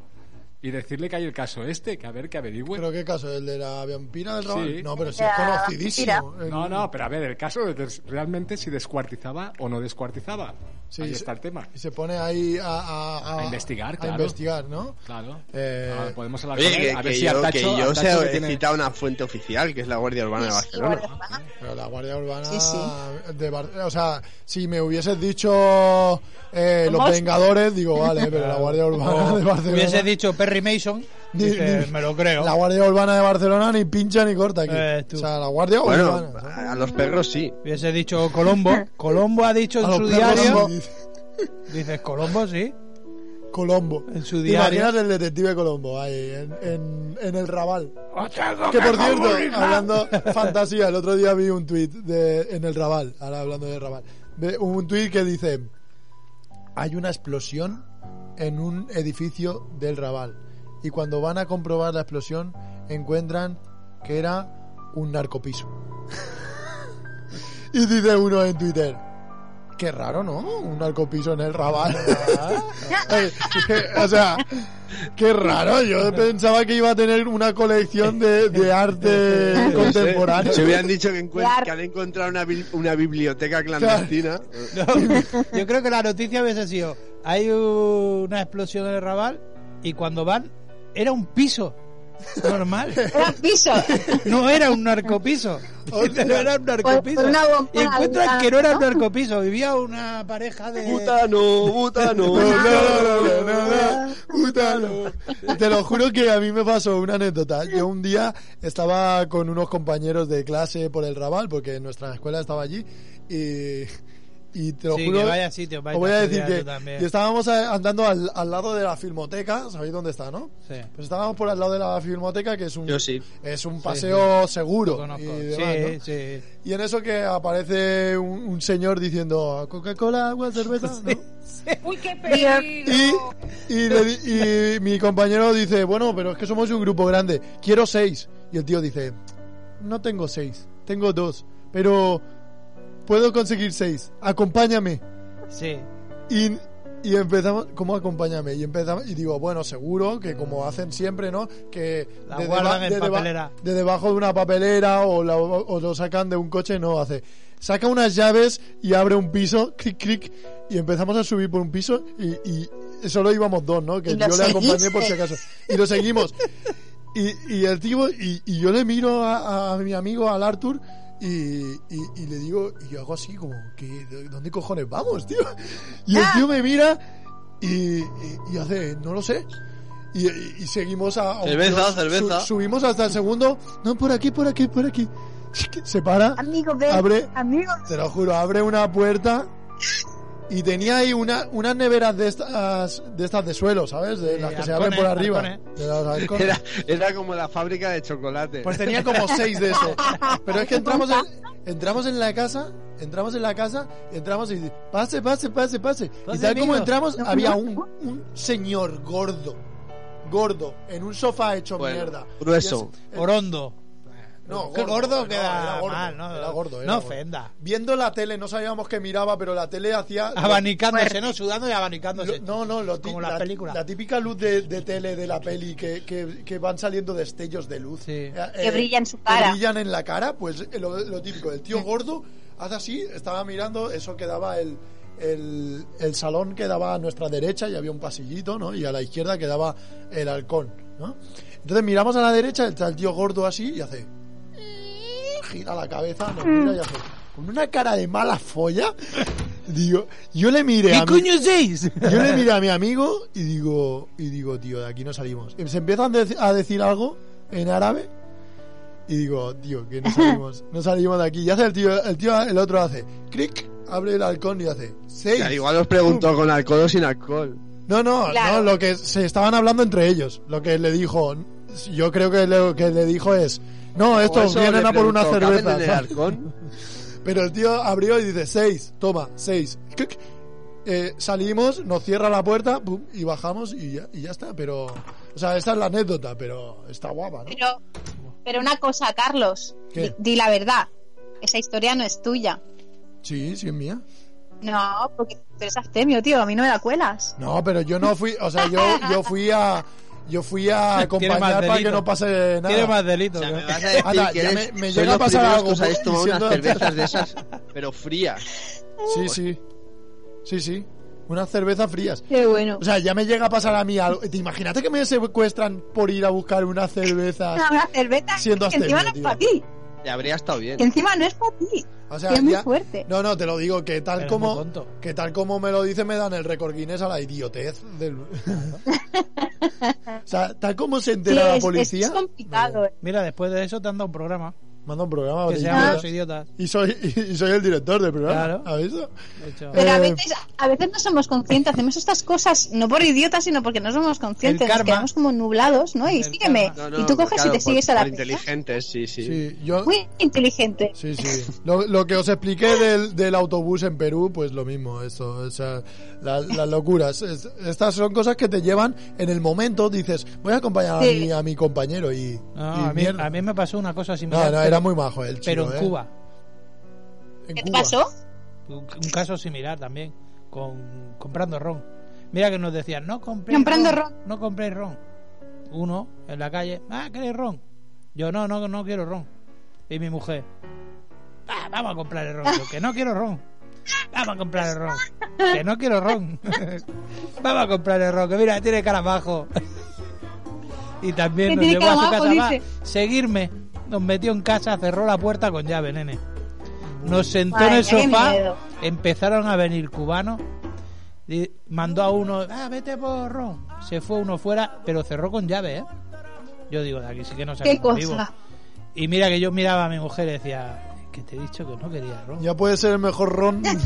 G: y decirle que hay el caso este, que a ver, que averigüe.
D: ¿Pero qué caso? ¿El de la vampira del Raval?
G: Sí.
D: No, pero sí
B: Ya,
D: es conocidísimo. El-
G: No, no, pero a ver, el caso de des- realmente si descuartizaba o no descuartizaba.
D: Sí,
G: Ahí
D: sí.
G: está el tema.
D: Y se pone ahí a... A, a-
G: A investigar,
D: a
G: claro.
D: investigar, ¿no?
G: Claro.
D: Eh,
G: Ah, podemos hablar
F: Oye,
G: con él,
F: que,
G: a
F: que
G: ver si
F: yo,
G: Artacho-
F: que yo
G: Artacho
F: sé-
G: se
F: he
G: tiene-
F: citado una fuente oficial, que es la Guardia Urbana de
B: Sí, sí,
F: Barcelona.
B: guarda.
D: Pero la Guardia Urbana
B: Sí, sí.
D: de Bar- O sea, si me hubieses dicho eh, Los
B: Vamos.
D: Vengadores, digo, vale, pero la Guardia Urbana de Barcelona...
E: Hubiese dicho Perry Mason.
D: Ni-
E: dices,
D: ni-
E: me lo creo.
D: La Guardia Urbana de Barcelona ni pincha ni corta aquí.
E: Eh, tú.
D: o sea, la Guardia
F: Bueno,
D: Urbana. ¿sabes?
F: a a los perros sí.
E: Hubiese dicho Colombo. Colombo ha dicho en
D: A
E: su
D: los perros
E: diario.
D: sí.
E: Dices Colombo, sí.
D: Colombo.
E: En su
D: ¿Te
E: diario.
D: imaginas el detective Colombo ahí, en, en, en el Raval. Que por cierto, hablando fantasía, el otro día vi un tuit de, en el Raval, ahora hablando de Raval, de un tuit que dice, hay una explosión en un edificio del Raval. Y cuando van a comprobar la explosión, encuentran que era un narcopiso. <laughs> y dice uno en Twitter, qué raro, ¿no? Un narcopiso en el
E: <laughs>
D: Raval. Ay, o
F: <laughs>
D: sea, qué raro. Yo pensaba que iba a tener una colección de, de arte contemporáneo.
F: Se hubieran dicho que, encuent-
B: Claro.
F: que han encontrado una, bi- una biblioteca clandestina.
D: <laughs>
E: No, yo creo que la noticia hubiese sido: hay una explosión en el Raval y cuando van, era un piso.
D: <laughs>
E: Normal.
B: Era un piso.
E: No era un narcopiso. No era un narcopiso.
B: Por- por una bombona
E: y encuentran
B: había,
E: que no era un
B: ¿no?
E: narcopiso. Vivía una pareja de.
F: Butano, butano.
D: Ah, No, no, no, no, no, no, puta, no. Te lo juro que a mí me pasó una anécdota. Yo un día estaba con unos compañeros de clase por el Raval, porque nuestra escuela estaba allí, y, y te lo
E: Sí,
D: juro...
E: que vaya sitio, vaya
D: os voy a
E: estudiar
D: decir
E: tú
D: que
E: también.
D: y estábamos a- andando al, al lado de la filmoteca, ¿sabéis dónde está, no?
E: Sí.
D: Pues estábamos por al lado de la filmoteca, que es un,
F: Yo sí.
D: es un paseo seguro.
E: Lo conozco.
D: y demás,
E: sí,
D: ¿no?
E: sí.
D: Y en eso que aparece un, un señor diciendo Coca-Cola, agua,
E: <laughs>
D: cerveza, ¿no? Y, y le di- y mi compañero dice, bueno, pero es que somos un grupo grande, quiero seis. Y el tío dice, no tengo seis, tengo dos, pero puedo conseguir seis, acompáñame.
E: Sí.
D: Y, y empezamos, ¿cómo acompáñame? Y empezamos, y digo, bueno, seguro que como hacen siempre, ¿no? Que
E: La guardan en
D: deba-
E: papelera.
D: de debajo de una papelera o, la- o lo sacan de un coche, no hace. Saca unas llaves y abre un piso, clic, clic, y empezamos a subir por un piso y, y solo íbamos dos, ¿no? Que
B: Y
D: yo
B: lo
D: le acompañé
B: seguiste.
D: por si acaso. Y lo seguimos. Y, y el tío, y, y yo le miro a, a mi amigo, al Arthur, y, y, y le digo, y yo hago así como, ¿qué, ¿dónde cojones vamos, tío? Y
E: Ah.
D: el tío me mira y, y, y hace, no lo sé. Y, y- y seguimos a... a un
F: Cerveza,
D: kiosco.
F: cerveza.
D: subimos hasta el segundo, no, por aquí, por aquí, por aquí. Se para,
B: Amigo, ven.
D: Abre.
B: Amigo.
D: te lo juro, abre una puerta y tenía ahí una, unas neveras de estas, de estas de suelo, ¿sabes? De
E: Sí,
D: las que se abren
E: halcones,
D: por arriba.
E: halcones.
D: De los halcones.
F: <laughs> Era, era como la fábrica de chocolate.
D: Pues tenía como seis de eso. Pero es que entramos en, entramos en la casa, entramos en la casa, entramos y dice, pase, pase, pase, pase. Y
E: Pase,
D: tal como
E: amigo.
D: entramos, había un, un señor gordo, gordo, en un sofá hecho
F: Bueno,
D: mierda.
F: grueso.
D: Y es- eh,
E: Orondo.
D: no,
E: Qué gordo
D: no,
E: queda
D: era
E: mal, ¿no?
D: era gordo, era
E: No
D: gordo.
E: ofenda.
D: Viendo la tele, no sabíamos que miraba, pero la tele hacía...
E: Abanicándose, ¿no? Sudando y
D: Eh, Lo-
E: abanicándose.
D: no, no, lo ti-
E: Como las
D: la,
E: películas.
D: la típica luz de, de tele de la peli que, que- que van saliendo destellos de luz. Eh,
E: Sí.
B: Que brilla en su cara.
D: Que brillan en la cara, pues eh, lo, lo típico. El tío gordo hace así, estaba mirando, eso quedaba el, el, el salón quedaba a nuestra derecha y había un pasillito, ¿no? Y a la izquierda quedaba el halcón, ¿no? Entonces miramos a la derecha, está el tío gordo así y hace. Gira la cabeza, nos mira y hace. Con una cara de mala folla. <laughs> Digo, yo le miré
E: ¿Qué
D: a mi-
E: coño
D: <laughs>
E: es
D: yo le miré a mi amigo y digo, y digo, tío, de aquí no salimos. Y se empiezan de- a decir algo en árabe y digo, tío, que no salimos, no salimos de aquí. Y hace el tío, el tío, el otro hace, clic, abre el halcón y hace, seis.
F: Ya, igual os pregunto con alcohol o sin alcohol.
D: No, no,
B: Claro.
D: no, lo que se estaban hablando entre ellos, lo que le dijo, yo creo que lo que le dijo es, no,
F: O
D: estos
F: eso
D: vienen
F: le
D: a por una
F: pregunto, ¿caben
D: cerveza.
F: en el
D: ¿sabes?
F: alcohol?
D: Pero el tío abrió y dice, seis, toma, seis. Clic. Eh, salimos, nos cierra la puerta pum, y bajamos y ya, y ya está. Pero, o sea, esa es la anécdota, pero está guapa, ¿no?
B: Pero, pero una cosa, Carlos,
D: ¿Qué?
B: di, di la verdad. Esa historia no es tuya.
D: Sí, sí, es mía.
B: No, porque tú eres Artemio, tío. A mí no me la cuelas.
D: No, pero yo no fui, o sea, yo, yo fui a... Yo fui a
E: Tiene más
D: acompañar para que
E: delito.
D: no pase nada.
E: Tiene más delito.
F: O sea,
E: ¿no?
F: me vas a decir
D: <laughs> Anda,
F: que
D: ya
F: eres-
D: me- me
F: sois
D: llega a
F: los
D: pasar
F: primeros
D: algo, pues,
F: que os habéis tomado
D: diciendo- <laughs>
F: unas cervezas de esas, pero frías.
D: Sí, sí. Sí, sí. Unas cervezas frías.
B: Qué bueno.
D: O sea, ya me llega a pasar a mí algo. ¿Te imagínate que me secuestran por ir a buscar una cerveza?
B: Una- una cerveza
D: Siendo
B: que encima no es
D: Artemio,
B: para
D: tío.
B: ti.
F: Te habría estado bien.
B: Que encima no es para ti.
D: O sea,
B: que es muy
D: ya-
B: fuerte.
D: No, no, te lo digo, que tal
E: Pero es muy
D: como
E: tonto.
D: que tal como me lo dice me dan el récord Guinness a la idiotez del <laughs> O sea, tal como se
B: Sí,
D: entera la
B: es,
D: policía.
B: es complicado. eh.
E: Mira, después de eso te han dado un programa
D: Manda un programa
E: que
D: de
E: se llama
D: idiota.
E: Los Idiotas.
D: y soy y soy el director del programa.
E: Claro.
D: ¿Has visto?
E: De hecho,
B: Pero a
D: Eh,
B: veces, a veces no somos conscientes, hacemos estas cosas no por idiotas, sino porque no somos conscientes,
E: El
B: nos
E: karma.
B: quedamos como nublados, ¿no? Y
E: El
B: sígueme,
E: karma.
F: No, no,
B: y tú coges
F: claro,
B: y te
F: por-
B: sigues a la
F: por
B: persona.
F: inteligentes, sí, sí.
D: Sí, yo
B: Muy inteligente.
D: Sí, sí. Lo, lo que os expliqué del, del autobús en Perú, pues lo mismo, eso, o sea, la- las locuras. Es- estas son cosas que te llevan en el momento, dices, voy a acompañar
B: Sí.
D: a, mi, a mi compañero y...
E: no,
D: y
E: a, mí,
D: mierda.
E: a mí me pasó una cosa similar.
D: no, no,
E: pero-
D: era muy majo el chico.
E: Pero en
D: ¿eh?
E: Cuba.
D: En
B: ¿Qué te
D: Cuba.
B: pasó?
E: Un, un caso similar también. Con, comprando ron. Mira que nos decían, no compréis
B: Comprando ron.
E: No compréis ron. Uno en la calle, ah, ¿queréis ron? Yo no, no, no quiero ron. Y mi mujer, "Ah, vamos a comprar el ron. Yo, que no quiero ron. Vamos a comprar el ron. Que no quiero ron. <laughs> vamos a comprar el ron. Que mira, tiene carabajo. <laughs> y también
B: Que
E: nos
B: tiene
E: llevó a su
B: calamajo,
E: casa va,
B: dice.
E: seguirme. Nos metió en casa, cerró la puerta con llave, nene. Nos sentó en
B: Madre
E: el
B: mía, qué
E: sofá,
B: miedo.
E: empezaron a venir cubanos, y mandó a uno, ah, vete por ron. Se fue uno fuera, pero cerró con llave, ¿eh? Yo digo, de aquí sí que no
B: Qué
E: salimos vivos.
B: cosa.
E: Y mira que yo miraba a mi mujer y decía, que te he dicho que no quería ron.
D: Ya puede ser el mejor
B: <laughs>
D: ron de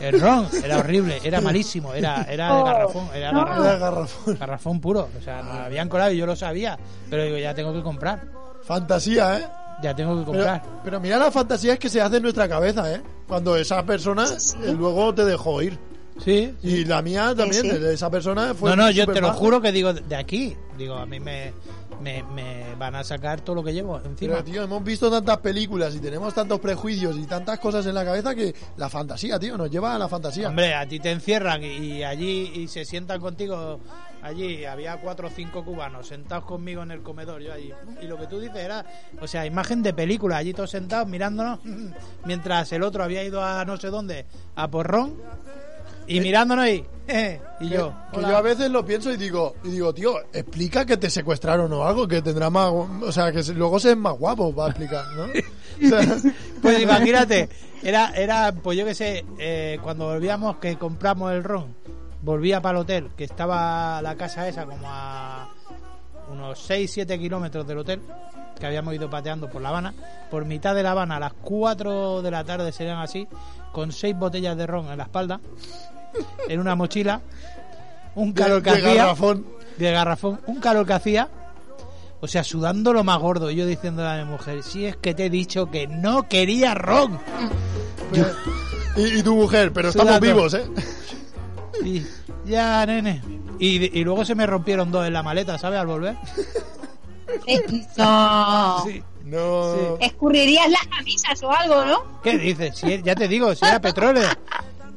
E: El ron era horrible, era malísimo, era, era de
B: Oh,
E: garrafón, era
B: no.
D: la
E: garrafón,
D: garrafón.
E: garrafón puro. O sea, nos habían colado y yo lo sabía, pero digo, ya tengo que comprar,
D: Fantasía, ¿eh?
E: ya tengo que
D: Pero,
E: comprar.
D: pero mira las fantasías que se hacen en nuestra cabeza, ¿eh? Cuando esa persona eh, luego te dejó ir.
E: Sí,
D: Y la mía también,
B: sí.
D: de- de esa persona fue...
E: no, no, yo te lo
D: supermaja.
E: juro que digo de aquí. Digo, a mí me, me, me van a sacar todo lo que llevo encima.
D: Pero, tío, hemos visto tantas películas y tenemos tantos prejuicios y tantas cosas en la cabeza que la fantasía, tío, nos lleva a la fantasía.
E: Hombre, a ti te encierran y, y allí y se sientan contigo. Allí había cuatro o cinco cubanos sentados conmigo en el comedor, yo allí. Y lo que tú dices era, o sea, imagen de película, allí todos sentados mirándonos, <laughs> mientras el otro había ido a no sé dónde, a Porrón,
D: Eh.
E: y mirándonos ahí. <laughs> y
D: Que-
E: yo,
D: que
E: hola.
D: yo a veces lo pienso y digo, y digo, tío, explica que te secuestraron o algo, que tendrá más, o sea, que se- luego se es más guapo va a explicar, ¿no? O
E: <laughs>
D: sea,
E: Pues imagínate, era, era pues yo qué sé, eh, cuando volvíamos que compramos el ron, volvía para el hotel, que estaba la casa esa como a unos 6-7 kilómetros del hotel, que habíamos ido pateando por La Habana, por mitad de La Habana, a las 4 de la tarde serían así, con seis botellas de ron en la espalda, en una mochila, un
D: de,
E: calor que
D: de
E: hacía
D: garrafón.
E: de garrafón, un calor que hacía, o sea, sudando lo más gordo, y yo diciéndole a mi mujer, si es que te he dicho que no quería ron.
D: Y, y tu mujer, pero estamos
E: Sudando.
D: vivos, ¿eh?
E: Y ya, nene. Y, y luego se me rompieron dos en la maleta, ¿sabes? Al volver.
B: Eh, no.
E: Sí.
D: No.
B: Escurrirías las camisas o algo, ¿no?
E: ¿Qué dices? Si er- ya te digo, si era petróleo.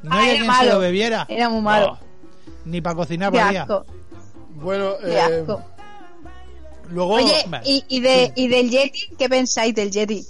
E: No
B: Ah,
E: había
B: era
E: quien se
B: malo.
E: lo bebiera.
B: Era muy malo.
E: No, ni para cocinar
B: Qué
E: valía.
B: asco,
D: Bueno,
B: qué
D: eh,
B: asco.
D: luego...
B: Oye,
F: Oh,
E: vale.
B: y, y de, ¿y del Yeti? ¿Qué pensáis del Yeti?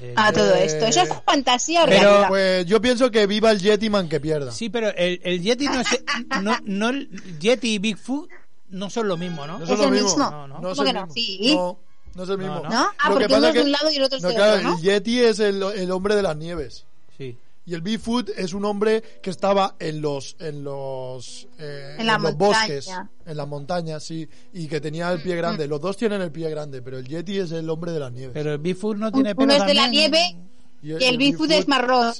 E: eh,
B: a todo esto. Eso es fantasía
E: Pero-
B: orgánica.
D: Pues yo pienso que viva el Yetiman que pierda.
E: Sí, pero el, el Yeti no es. No, no, el Yeti y Bigfoot no son lo mismo, ¿no?
D: No
B: es
D: lo
B: el
D: mismo.
B: mismo.
E: No, no.
D: No es
B: ¿Cómo
D: el
B: que no?
D: mismo.
B: Sí.
D: No, no es el mismo.
E: No,
B: ¿No? Ah,
D: Lo que
B: porque
D: pasa
B: uno es
D: que-
B: de un lado y el otro es
D: no,
B: de
D: claro,
B: otro, ¿no?
D: El Yeti es el, el hombre de las nieves.
E: Sí.
D: Y el Bigfoot es un hombre que estaba en los en los eh,
B: En la
D: los
B: montaña. Mm,
D: bosques, en las montañas, sí, y que tenía el pie grande. Los dos tienen el pie grande, pero el Yeti es el hombre de las nieves.
E: Pero el Bigfoot no tiene pelo
B: Uno es de la
E: también, ¿no?
B: nieve
D: y
B: y el Bigfoot es marrón.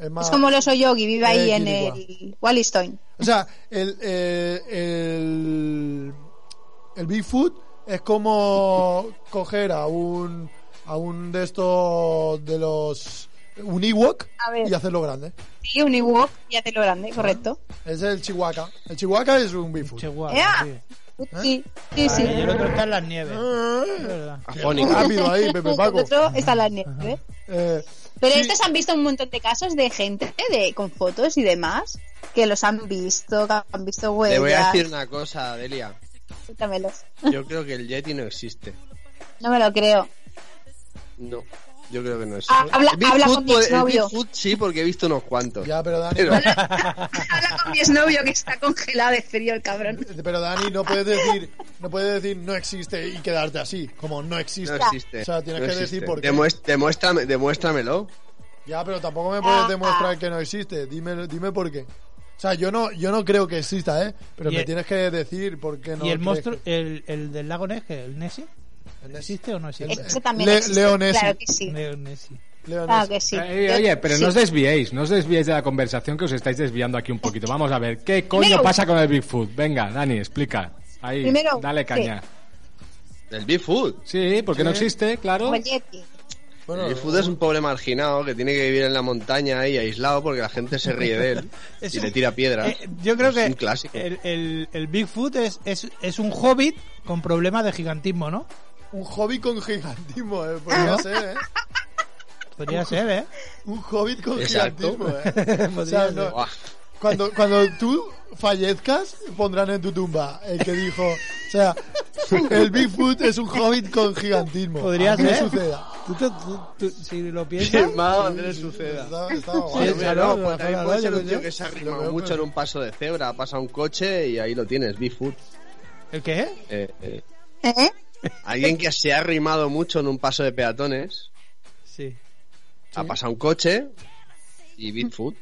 D: es más-
B: Es como el oso yogi, vive ahí
D: Eh,
B: en
D: Kirigua.
B: el Walliston.
D: O sea, el, el, el, el Bigfoot es como coger a un, a un de estos, de los, un Ewok
B: A ver.
D: y hacerlo grande.
B: Sí, un Ewok y hace lo grande, correcto.
D: Es el Chihuahua. El Chihuahua es un Bigfoot.
E: Chihuahua,
B: ¡Ea!
E: sí.
B: Sí, sí, sí.
E: Y el otro está en las nieves.
D: Ah,
E: Es verdad.
F: Afónico.
D: Rápido
B: <laughs>
D: ahí, Pepe
B: El
D: Paco.
B: otro está en la nieve.
D: Eh,
B: Pero
D: Sí.
B: estos han visto un montón de casos de gente de, con fotos y demás que los han visto, que han visto huellas.
F: Te voy a decir una cosa, Adelia.
B: Cuéntamelos.
F: Yo creo que el Yeti no existe.
B: No me lo creo.
F: No, yo creo que no existe.
B: Ah, habla-
F: El Bigfoot
B: habla con mi
F: puede- el
B: exnovio.
F: Bigfoot sí, porque he visto unos cuantos.
D: ya, pero Dani,
B: <laughs>
F: Pero-
B: Habla con mi exnovio que está congelado de frío el cabrón.
D: pero Dani, no puedes decir, no puedes decir no existe y quedarte así, como no
F: No
D: existe.
F: existe.
D: O sea, tienes
F: no
D: que
F: existe.
D: decir por qué.
F: Demuest- demuéstrame- demuéstramelo.
D: Ya, pero tampoco me puedes demostrar que no existe. Dime, dime por qué. O sea, yo no, yo no creo que exista, ¿eh? Pero
E: Y
D: me
E: el-
D: tienes que decir por qué no.
E: ¿Y el
D: crees
E: monstruo,
D: que-
E: el, el del lago Nessie, el Nessie?
D: El-
E: ¿Existe o no existe?
B: Ese también
D: Le-
B: existe.
D: Leonesi.
B: Claro que sí.
E: El Nessie.
D: Leonel.
B: Claro que sí.
G: Eh, oye, pero
B: Sí.
G: no os desviéis, no os desviéis de la conversación que os estáis desviando aquí un poquito. Vamos a ver, ¿qué coño
B: Primero-
G: pasa con el Bigfoot? Venga, Dani, explica. Ahí,
B: Primero,
G: dale caña.
F: El Bigfoot.
G: Sí, porque no existe, claro.
B: Como el Yeti.
D: Bueno,
F: el Bigfoot es un pobre marginado que tiene que vivir en la montaña ahí aislado porque la gente se ríe de él
E: <laughs> Es
F: y
E: un-
F: le tira piedras.
E: Eh, yo creo
F: Es
E: que
F: pues un clásico.
E: El, el, el Bigfoot es, es, es un hobbit con problemas de gigantismo, ¿no?
D: un hobby con gigantismo, ¿eh? Podría ser, ¿eh?
E: Podría ser,
D: <laughs>
E: ¿eh?
D: Un hobbit con
F: Exacto.
D: gigantismo, ¿eh? O sea, no-
E: <laughs>
F: Buah,
D: cuando, cuando tú fallezcas, pondrán en tu tumba el que dijo... O sea, el Bigfoot es un hobbit con gigantismo.
E: Podría
D: Así
E: ser.
D: suceda.
E: Tú, te- tú- tú- si lo piensas,
F: Firmado Andrés Suceda.
D: Está- está guay.
F: Oye,
E: Sí,
F: mira,
E: claro,
F: no,
E: lo
F: pues también
E: acabo
F: puede
E: de
F: ser
E: ver,
F: un
E: yo-
F: tío que se ha arrimado
D: veo,
F: mucho
D: pero-
F: en un paso de cebra, ha pasado un coche y ahí lo tienes, Bigfoot.
E: ¿el qué?
F: Eh, eh,
B: ¿Eh?
F: Alguien que se ha arrimado mucho en un paso de peatones,
E: Sí.
F: ha pasado un coche y Bigfoot.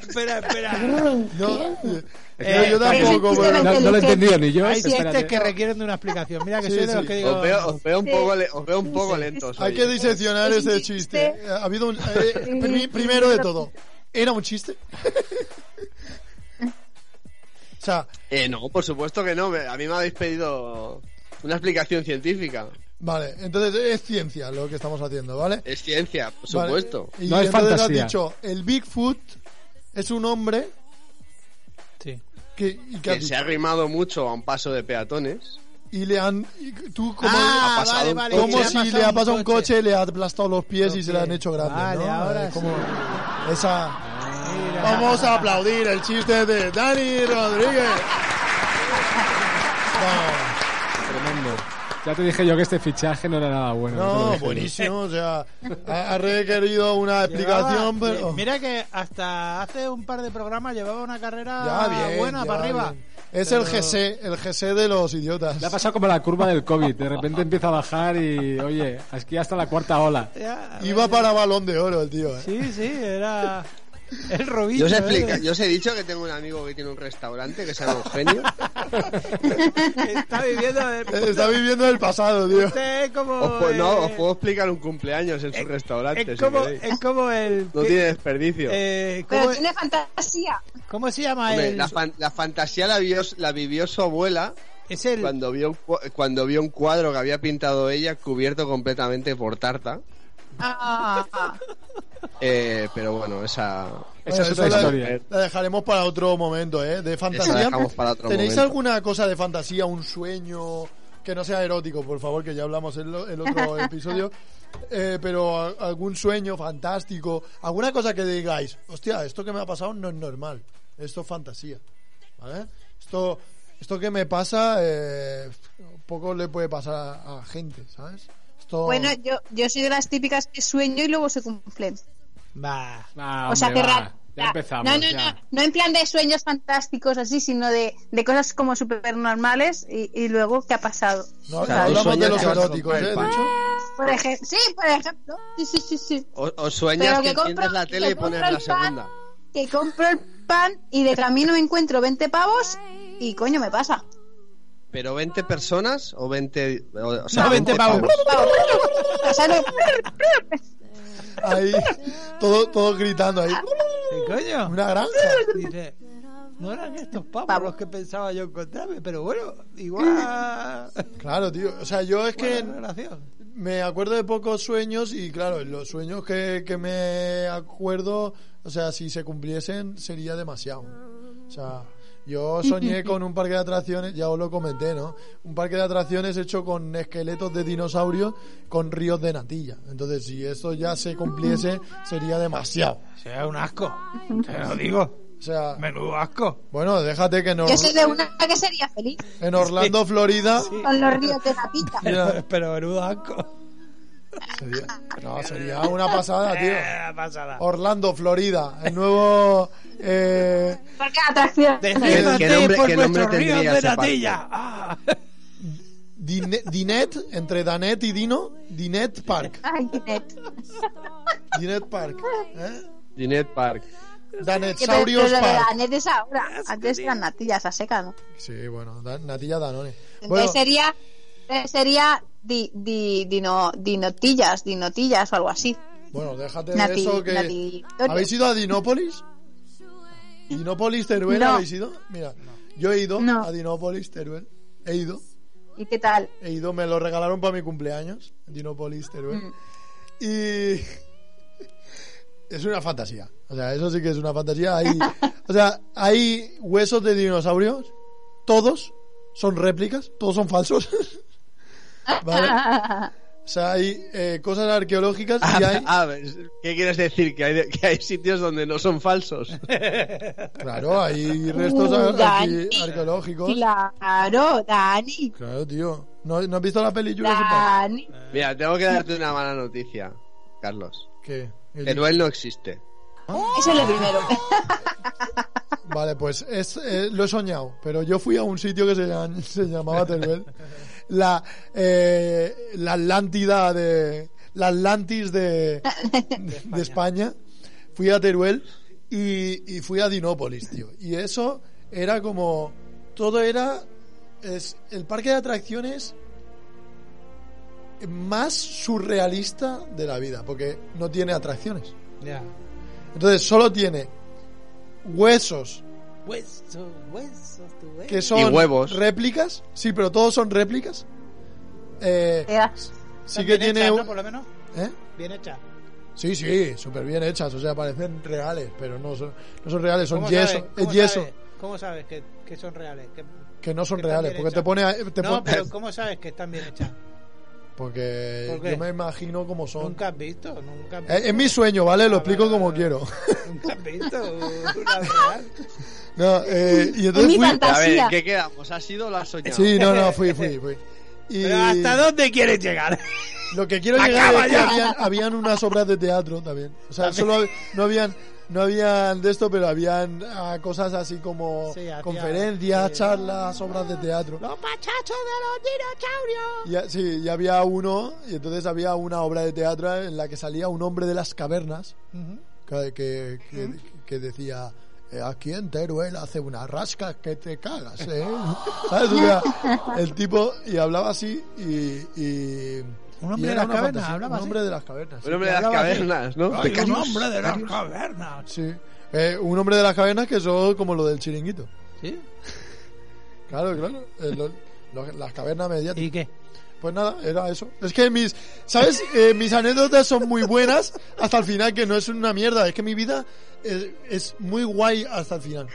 E: espera, espera.
D: No, eh,
E: Eh,
D: yo tampoco,
B: pero-
D: pero-
G: No, no lo he entendido ni yo. eh,
E: Hay
G: espérate.
E: chistes Este que requieren de una explicación. Mira que
D: Sí,
E: soy de los
D: sí.
E: que digo.
F: Os veo, os veo un
B: Sí.
F: poco, le- os veo un poco lentos.
D: Hay
F: hoy.
D: que diseccionar
B: Es un
D: ese
B: chiste.
D: chiste. Ha habido un, eh,
B: <laughs>
D: pri- primero de todo, ¿era un chiste? <laughs> o sea,
F: Eh, no, por supuesto que no. me- A mí me habéis pedido una explicación científica.
D: vale, entonces es ciencia lo que estamos haciendo, ¿vale?
F: Es ciencia, por
D: Vale,
F: supuesto.
D: Y
G: No es
D: entonces has
G: fantasía.
D: dicho, el Bigfoot es un hombre
E: Sí.
D: que, y, que ha
F: Que se ha
D: dicho-
F: arrimado mucho a un paso de peatones.
D: y le han... y tú como...
E: Ah,
F: ha pasado
E: vale,
F: un
E: vale,
D: como
E: que
D: si le ha pasado un coche, le ha aplastado los pies y
E: Los
D: se le han
E: pies.
D: hecho grandes,
E: Vale,
D: ¿no?
E: ahora
D: Eh, como
E: sí.
D: esa...
E: Mira.
D: Vamos a aplaudir el chiste de Dani Rodríguez. Vamos.
G: Tremendo. Ya te dije yo que este fichaje no era nada bueno. ya te lo
D: No,
G: dije yo.
D: buenísimo, o sea, ha, ha requerido una explicación,
E: Llevaba-
D: pero...
E: mi- Mira que hasta hace un par de programas llevaba una carrera
D: Ya, bien,
E: buena
D: ya,
E: para arriba.
D: bien. Es
E: Pero-
D: el GC, el GC de los idiotas.
G: Le ha pasado como la curva del COVID. De repente empieza a bajar y, oye, aquí hasta la cuarta ola.
E: Ya, a
D: Iba
E: ver,
D: para balón de oro el tío, ¿eh?
E: Sí, sí, era el robillo.
F: Yo os, he
E: ¿eh?
F: explica- yo os he dicho que tengo un amigo que tiene un restaurante que se llama Eugenio.
E: <laughs> Está viviendo de
D: Eh, Está viviendo el pasado, tío.
E: Usted es como
F: Os puedo, no, os
E: eh,
F: puedo explicar un cumpleaños en su restaurante.
E: es
F: si
E: como
F: queréis.
E: es como el
F: no
E: que-
F: tiene desperdicio.
E: eh, ¿cómo,
B: Pero tiene fantasía.
E: cómo se llama
F: Hombre,
E: el
F: la, fan- la fantasía la, vio, la vivió su abuela
E: es el
F: cuando vio, un cu- cuando vio un cuadro que había pintado ella cubierto completamente por tarta.
G: <laughs>
B: Ah,
G: Oh.
F: Eh, pero bueno, esa...
G: Esa es
D: Bueno,
G: otra
D: eso la-
G: historia.
D: La dejaremos para otro momento, ¿eh? De
F: Esa la
D: fantasía.
F: dejamos para otro
D: ¿Tenéis
F: momento.
D: alguna cosa de fantasía, un sueño que no sea erótico, por favor, que ya hablamos en lo- el
F: <laughs>
D: otro episodio? Eh, pero a- algún sueño fantástico, alguna cosa que digáis, hostia, esto que me ha pasado no es normal, esto es fantasía, ¿vale? Esto, esto que me pasa, eh, poco le puede pasar a, a gente, ¿sabes? Esto esto.
B: Bueno, yo, yo soy de las típicas que sueño y luego se cumplen.
E: Va.
G: Va,
B: o sea,
G: Ah, hombre,
B: que
G: va.
B: ra-
G: Ya empezamos.
B: No, no,
G: ya.
B: no. No en plan de sueños fantásticos así, sino de, de cosas como súper normales y, y luego qué ha pasado.
D: No,
B: O
D: no
B: sea,
F: Claro,
D: hablamos
F: sueño
D: de los
F: que vas a
D: eróticos,
F: comprar
D: ¿eh?
F: el pan.
D: Nacho?
B: Por ejemplo, sí, por ejemplo. Sí, sí, sí, sí.
F: O, o sueñas
B: Pero
F: que,
B: que compro-
F: enciendes la
B: que
F: tele y
B: compro
F: pones
B: el
F: la
B: pan.
F: segunda.
B: Que compro el pan y de camino me encuentro 20 pavos y coño, me pasa.
F: ¿Pero 20 personas o 20... O, o sea,
E: No, 20 pavos.
B: O
D: <laughs>
B: sea, no-
D: Ahí, todo, todo gritando ahí.
E: ¿Qué coño?
D: Una granja.
E: Dice, no eran estos pavos
B: Pavos.
E: los que pensaba yo encontrarme, pero bueno, igual.
D: Claro, tío. O sea, yo es que
E: Bueno, gracioso.
D: me acuerdo de pocos sueños y claro, los sueños que, que me acuerdo, o sea, si se cumpliesen sería demasiado. O sea, yo soñé con un parque de atracciones, ya os lo comenté, ¿no? Un parque de atracciones hecho con esqueletos de dinosaurios con ríos de natilla. Entonces, si esto ya se cumpliese sería demasiado.
E: Sea un asco. Te lo digo.
D: O sea,
E: Menudo asco.
D: bueno, déjate que en, Or-
B: yo soy de una que sería feliz
D: en Orlando, Florida,
B: con los ríos de Napita.
D: Ya.
E: Pero menudo asco.
B: <laughs>
D: sería, no, sería una pasada, tío.
E: Eh, pasada.
D: Orlando, Florida, el nuevo eh,
B: Porque atracción.
E: Decídete
F: ¿Qué- qué nombre-
E: por
F: qué nombre
E: vuestros
F: tendría
E: ríos de
F: ese parque?
E: natilla. Ah.
D: Dine- Dinet, entre Danet y Dino, Dinet Park.
B: Ay, Ginette.
D: Dinet Park. ¿eh?
F: Dinette Park.
D: Danet
B: Que Pero pero
D: Saurios
B: lo de
D: Park.
B: Danet es ahora. Antes eran natillas a seca, ¿no?
D: Sí, bueno, da- Natilla Danone. Bueno,
B: Entonces sería, eh, sería di, di, dino, dinotillas, dinotillas o algo así.
D: bueno, déjate de
B: Nati-
D: eso que...
B: Nati-
D: ¿Habéis ido a Dinópolis? ¿Dinópolis, Teruel
B: No.
D: habéis ido? Mira, yo he ido
B: No.
D: a Dinópolis, Teruel. He ido.
B: ¿Y qué tal?
D: He ido, me lo regalaron para mi cumpleaños, Dinópolis, Teruel.
B: Mm.
D: Y. <laughs> Es una fantasía. O sea, eso sí que es una
B: <laughs>
D: fantasía. Hay, o sea, hay huesos de dinosaurios. Todos son réplicas. Todos son falsos. <laughs> ¿Vale? O sea, hay eh, cosas arqueológicas
F: Ah,
D: y hay.
F: ah, ¿Qué quieres decir? ¿Que hay, de- que hay sitios donde no son falsos.
E: <laughs>
F: ah.
D: Claro, hay restos
B: Uh,
D: ar-
B: Dani.
D: arque- arqueológicos.
B: Claro, Dani.
D: Claro, tío. ¿No, no has visto la peli Jurassic Park?
B: Dani.
F: Mira, tengo que darte una mala noticia, Carlos.
D: ¿Qué? El-
F: Teruel no existe.
B: Eso es lo primero.
D: Vale, pues es, eh, lo he soñado, pero yo fui a un sitio que se, llam- <laughs> se llamaba Teruel. La, eh, la Atlántida de. La Atlantis de, de, de España. Fui a Teruel y, y fui a Dinópolis, tío. Y eso era como. Todo era. Es el parque de atracciones más surrealista de la vida, porque no tiene atracciones.
E: Ya.
D: Entonces solo tiene huesos
E: Hueso, hueso, tu hueso.
D: que son
F: Y huevos.
D: réplicas. Sí, pero todos son réplicas. Eh,
B: Ea.
D: sí que
E: bien
D: tiene.
E: hechas,
D: un-
E: ¿no? Por lo menos,
D: ¿Eh?
E: bien hecha.
D: Sí, sí, súper bien hechas. O sea, parecen reales, pero no son, no son reales, son
E: ¿Cómo
D: yeso.
E: sabes?
D: Es
E: ¿Cómo
D: yeso.
E: sabes? ¿Cómo sabes que, que son reales? Que-
D: Que no son
E: que están
D: reales,
E: bien
D: porque te
E: hechas?
D: pone. a- te pone-
E: No,
D: <laughs>
E: pero ¿cómo sabes que están bien hechas?
D: Porque
E: ¿Por qué?
D: yo me imagino cómo son. Eh,
E: Nunca has visto, nunca has visto.
D: Es, es mi sueño, ¿vale? Lo
E: Ah,
D: explico
E: vale,
D: como
E: vale,
D: quiero.
E: Nunca has visto una real.
D: No, eh, y entonces
B: mi
D: fui-
B: fantasía.
F: A ver, ¿en ¿qué quedamos? ¿Ha sido o la has soñado?
D: Sí, no, no, fui, fui, fui. <laughs> Y
E: <laughs> Pero ¿hasta dónde quieres llegar?
D: Lo que quiero llegar es que habían, habían unas obras de teatro también. O sea, solo hab- no habían no habían de esto, pero habían ah, cosas así como
E: Sí, hacía-
D: conferencias,
E: sí.
D: charlas, obras de teatro.
E: Los machachos de los dinosaurios.
D: Y, a- sí, y había uno, y entonces había una obra de teatro en la que salía un hombre de las cavernas que, que, que- que decía "Eh, aquí en Teruel hace una rasca que te cagas ¿eh?". <laughs> ¿Sabes? O sea, el tipo y hablaba así y, y-
E: Un hombre
D: y
E: de
D: era
E: las
D: una
E: cavernas,
D: fantasía.
E: hablaba
D: un
E: así.
D: hombre de las cavernas sí.
F: Un hombre de las
E: Hablaba así.
F: cavernas, ¿no?
E: Ay, un hombre de las cavernas.
D: Sí. Eh, un hombre de las cavernas que son como lo del chiringuito
E: ¿Sí?
D: claro claro Eh, lo- lo- las cavernas mediáticas
E: ¿Y qué?
D: pues nada era eso es que mis sabes Eh, mis anécdotas son muy buenas eh, hasta el final que no es una mierda es que mi vida es, es muy guay hasta el final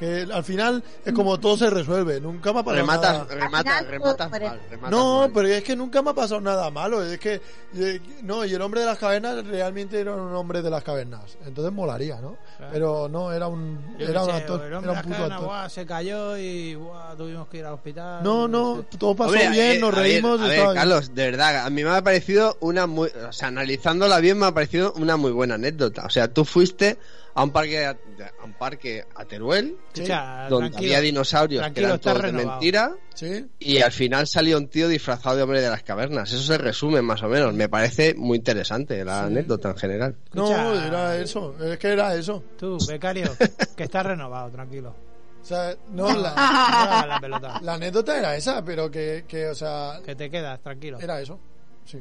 D: Que al final es como todo se resuelve. Nunca me ha pasado
F: Rematas,
D: nada.
F: rematas, rematas
B: muere.
F: mal. rematas
D: No,
F: mal.
D: pero es que nunca me ha pasado nada malo. Es que. eh, No, y el hombre de las cavernas realmente era un hombre de las cavernas. Entonces molaría, ¿no?
E: Claro.
D: Pero no, era un.
E: Yo
D: Era
E: qué
D: un
E: sé,
D: actor.
E: el
D: Era
E: hombre
D: un
E: de la
D: puto
E: cadena,
D: actor.
E: guau, se cayó y guau, tuvimos que ir al hospital.
D: No, no, todo pasó
F: Hombre, a
D: bien,
F: ver,
D: nos
F: a ver,
D: reímos.
F: A ver,
D: estaba bien.
F: Carlos, de verdad, a mí me ha parecido una muy. O sea, analizándola bien, me ha parecido una muy buena anécdota. O sea, tú fuiste a un parque, a un parque a Teruel,
E: Escucha,
F: donde
E: tranquilo.
F: había dinosaurios que
E: tranquilo,
F: eran
E: está
F: todos de
E: renovado.
F: mentira,
D: Sí.
F: y al final salió un tío disfrazado de hombre de las cavernas. Eso se resume más o menos. Me parece muy interesante la anécdota en general.
D: No,
E: Escucha.
D: era eso. Es que era eso.
E: Tú, becario, que está renovado, tranquilo.
D: O sea, no,
B: <laughs>
D: la,
E: No hagas la pelota.
D: la anécdota era esa, pero que, que, o sea,
E: Que te quedas, tranquilo.
D: era eso. Sí.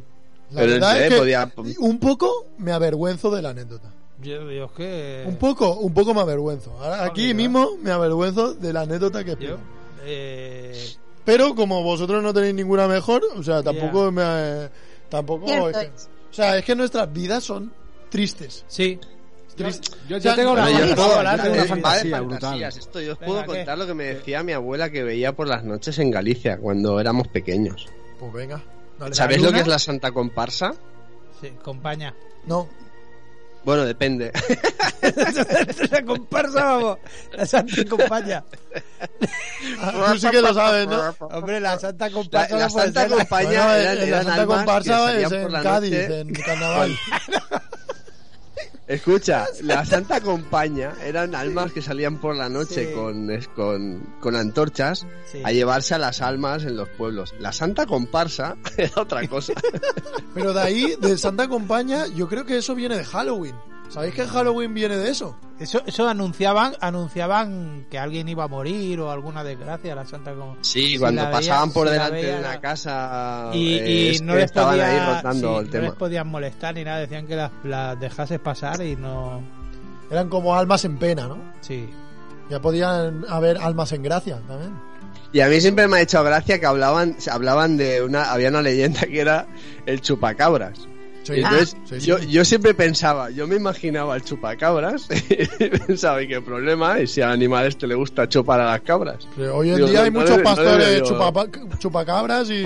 D: La
F: Pero
D: verdad
F: eh,
D: es que
F: podía-
D: un poco me avergüenzo de la anécdota.
E: Yo, yo es que.
D: Un poco, un poco me avergüenzo. Ahora, aquí
E: Joder,
D: mismo me avergüenzo de la anécdota que
E: Yo.
D: explico.
E: Eh,
D: Pero como vosotros no tenéis ninguna mejor, o sea, tampoco
E: Ya.
D: me tampoco
B: Cierto
D: es que-
B: es.
D: o sea, es que nuestras vidas son tristes.
E: sí.
D: Triste.
G: Yo,
D: O sea,
G: yo tengo
F: Pero
G: la
F: yo
E: Vamos
F: os
E: a
F: puedo
E: hablar
F: contar-
E: de una
F: eh,
G: fantasía
F: va de
G: brutal.
F: fantasías, Esto yo os
E: Venga,
F: puedo
E: ¿qué?
F: contar lo que me decía mi abuela que veía por las noches en Galicia cuando éramos pequeños.
D: Pues venga, dale.
F: ¿Sabéis
E: luna?
F: lo que es la Santa Comparsa?
E: Sí, compañía.
D: No,
F: Bueno, depende. <laughs>
E: la comparsa, vamos. La santa compañía.
D: tú Ah, sí que lo sabes, ¿no?
F: <laughs>
E: Hombre, la santa
F: La,
E: comparsa.
F: la
E: no puede
F: Santa
E: ser la-
F: Compañía
D: Bueno,
F: eran,
D: en- en la
F: eran
D: Santa
F: almas que
D: Comparsa es
F: salían por
D: en
F: la
D: Cádiz,
F: noche.
D: en Carnaval.
F: Escucha, la Santa Compañía eran almas que salían por la noche
E: Sí.
F: con, es- con, con antorchas
E: Sí.
F: a llevarse a las almas en los pueblos. La Santa Comparsa <laughs> era otra cosa.
D: Pero de ahí, de Santa Compañía, yo creo que eso viene de Halloween. ¿Sabéis que Halloween viene de eso?
E: Eso, eso anunciaban, anunciaban que alguien iba a morir o alguna desgracia. La santa compañía.
F: Sí,
E: Si
F: cuando
E: la
F: pasaban
E: veía- si
F: por
E: la
F: delante
E: veía-
F: de una casa
E: y,
F: eh,
E: y
F: es
E: no
F: que
E: les
F: estaban
E: podía,
F: ahí rotando
E: sí,
F: el
E: no
F: tema.
E: les podían molestar ni nada decían que las, las dejases pasar y no
D: Eran como almas en pena, ¿no?
E: sí
D: Ya podían haber almas en gracia también.
F: Y a mí siempre me ha hecho gracia que hablaban, hablaban de una, había una leyenda que era el chupacabras.
D: Sí, Ah.
F: Y entonces,
D: sí, sí.
F: Yo, yo siempre pensaba, yo me imaginaba al chupacabras <laughs> y pensaba, ¿y qué problema? Y si al animal este le gusta chupar a las cabras.
D: Que Hoy en
F: Digo,
D: día hay
F: no,
D: muchos
F: no, no,
D: pastores
F: digo,
D: chupapa- chupacabras y...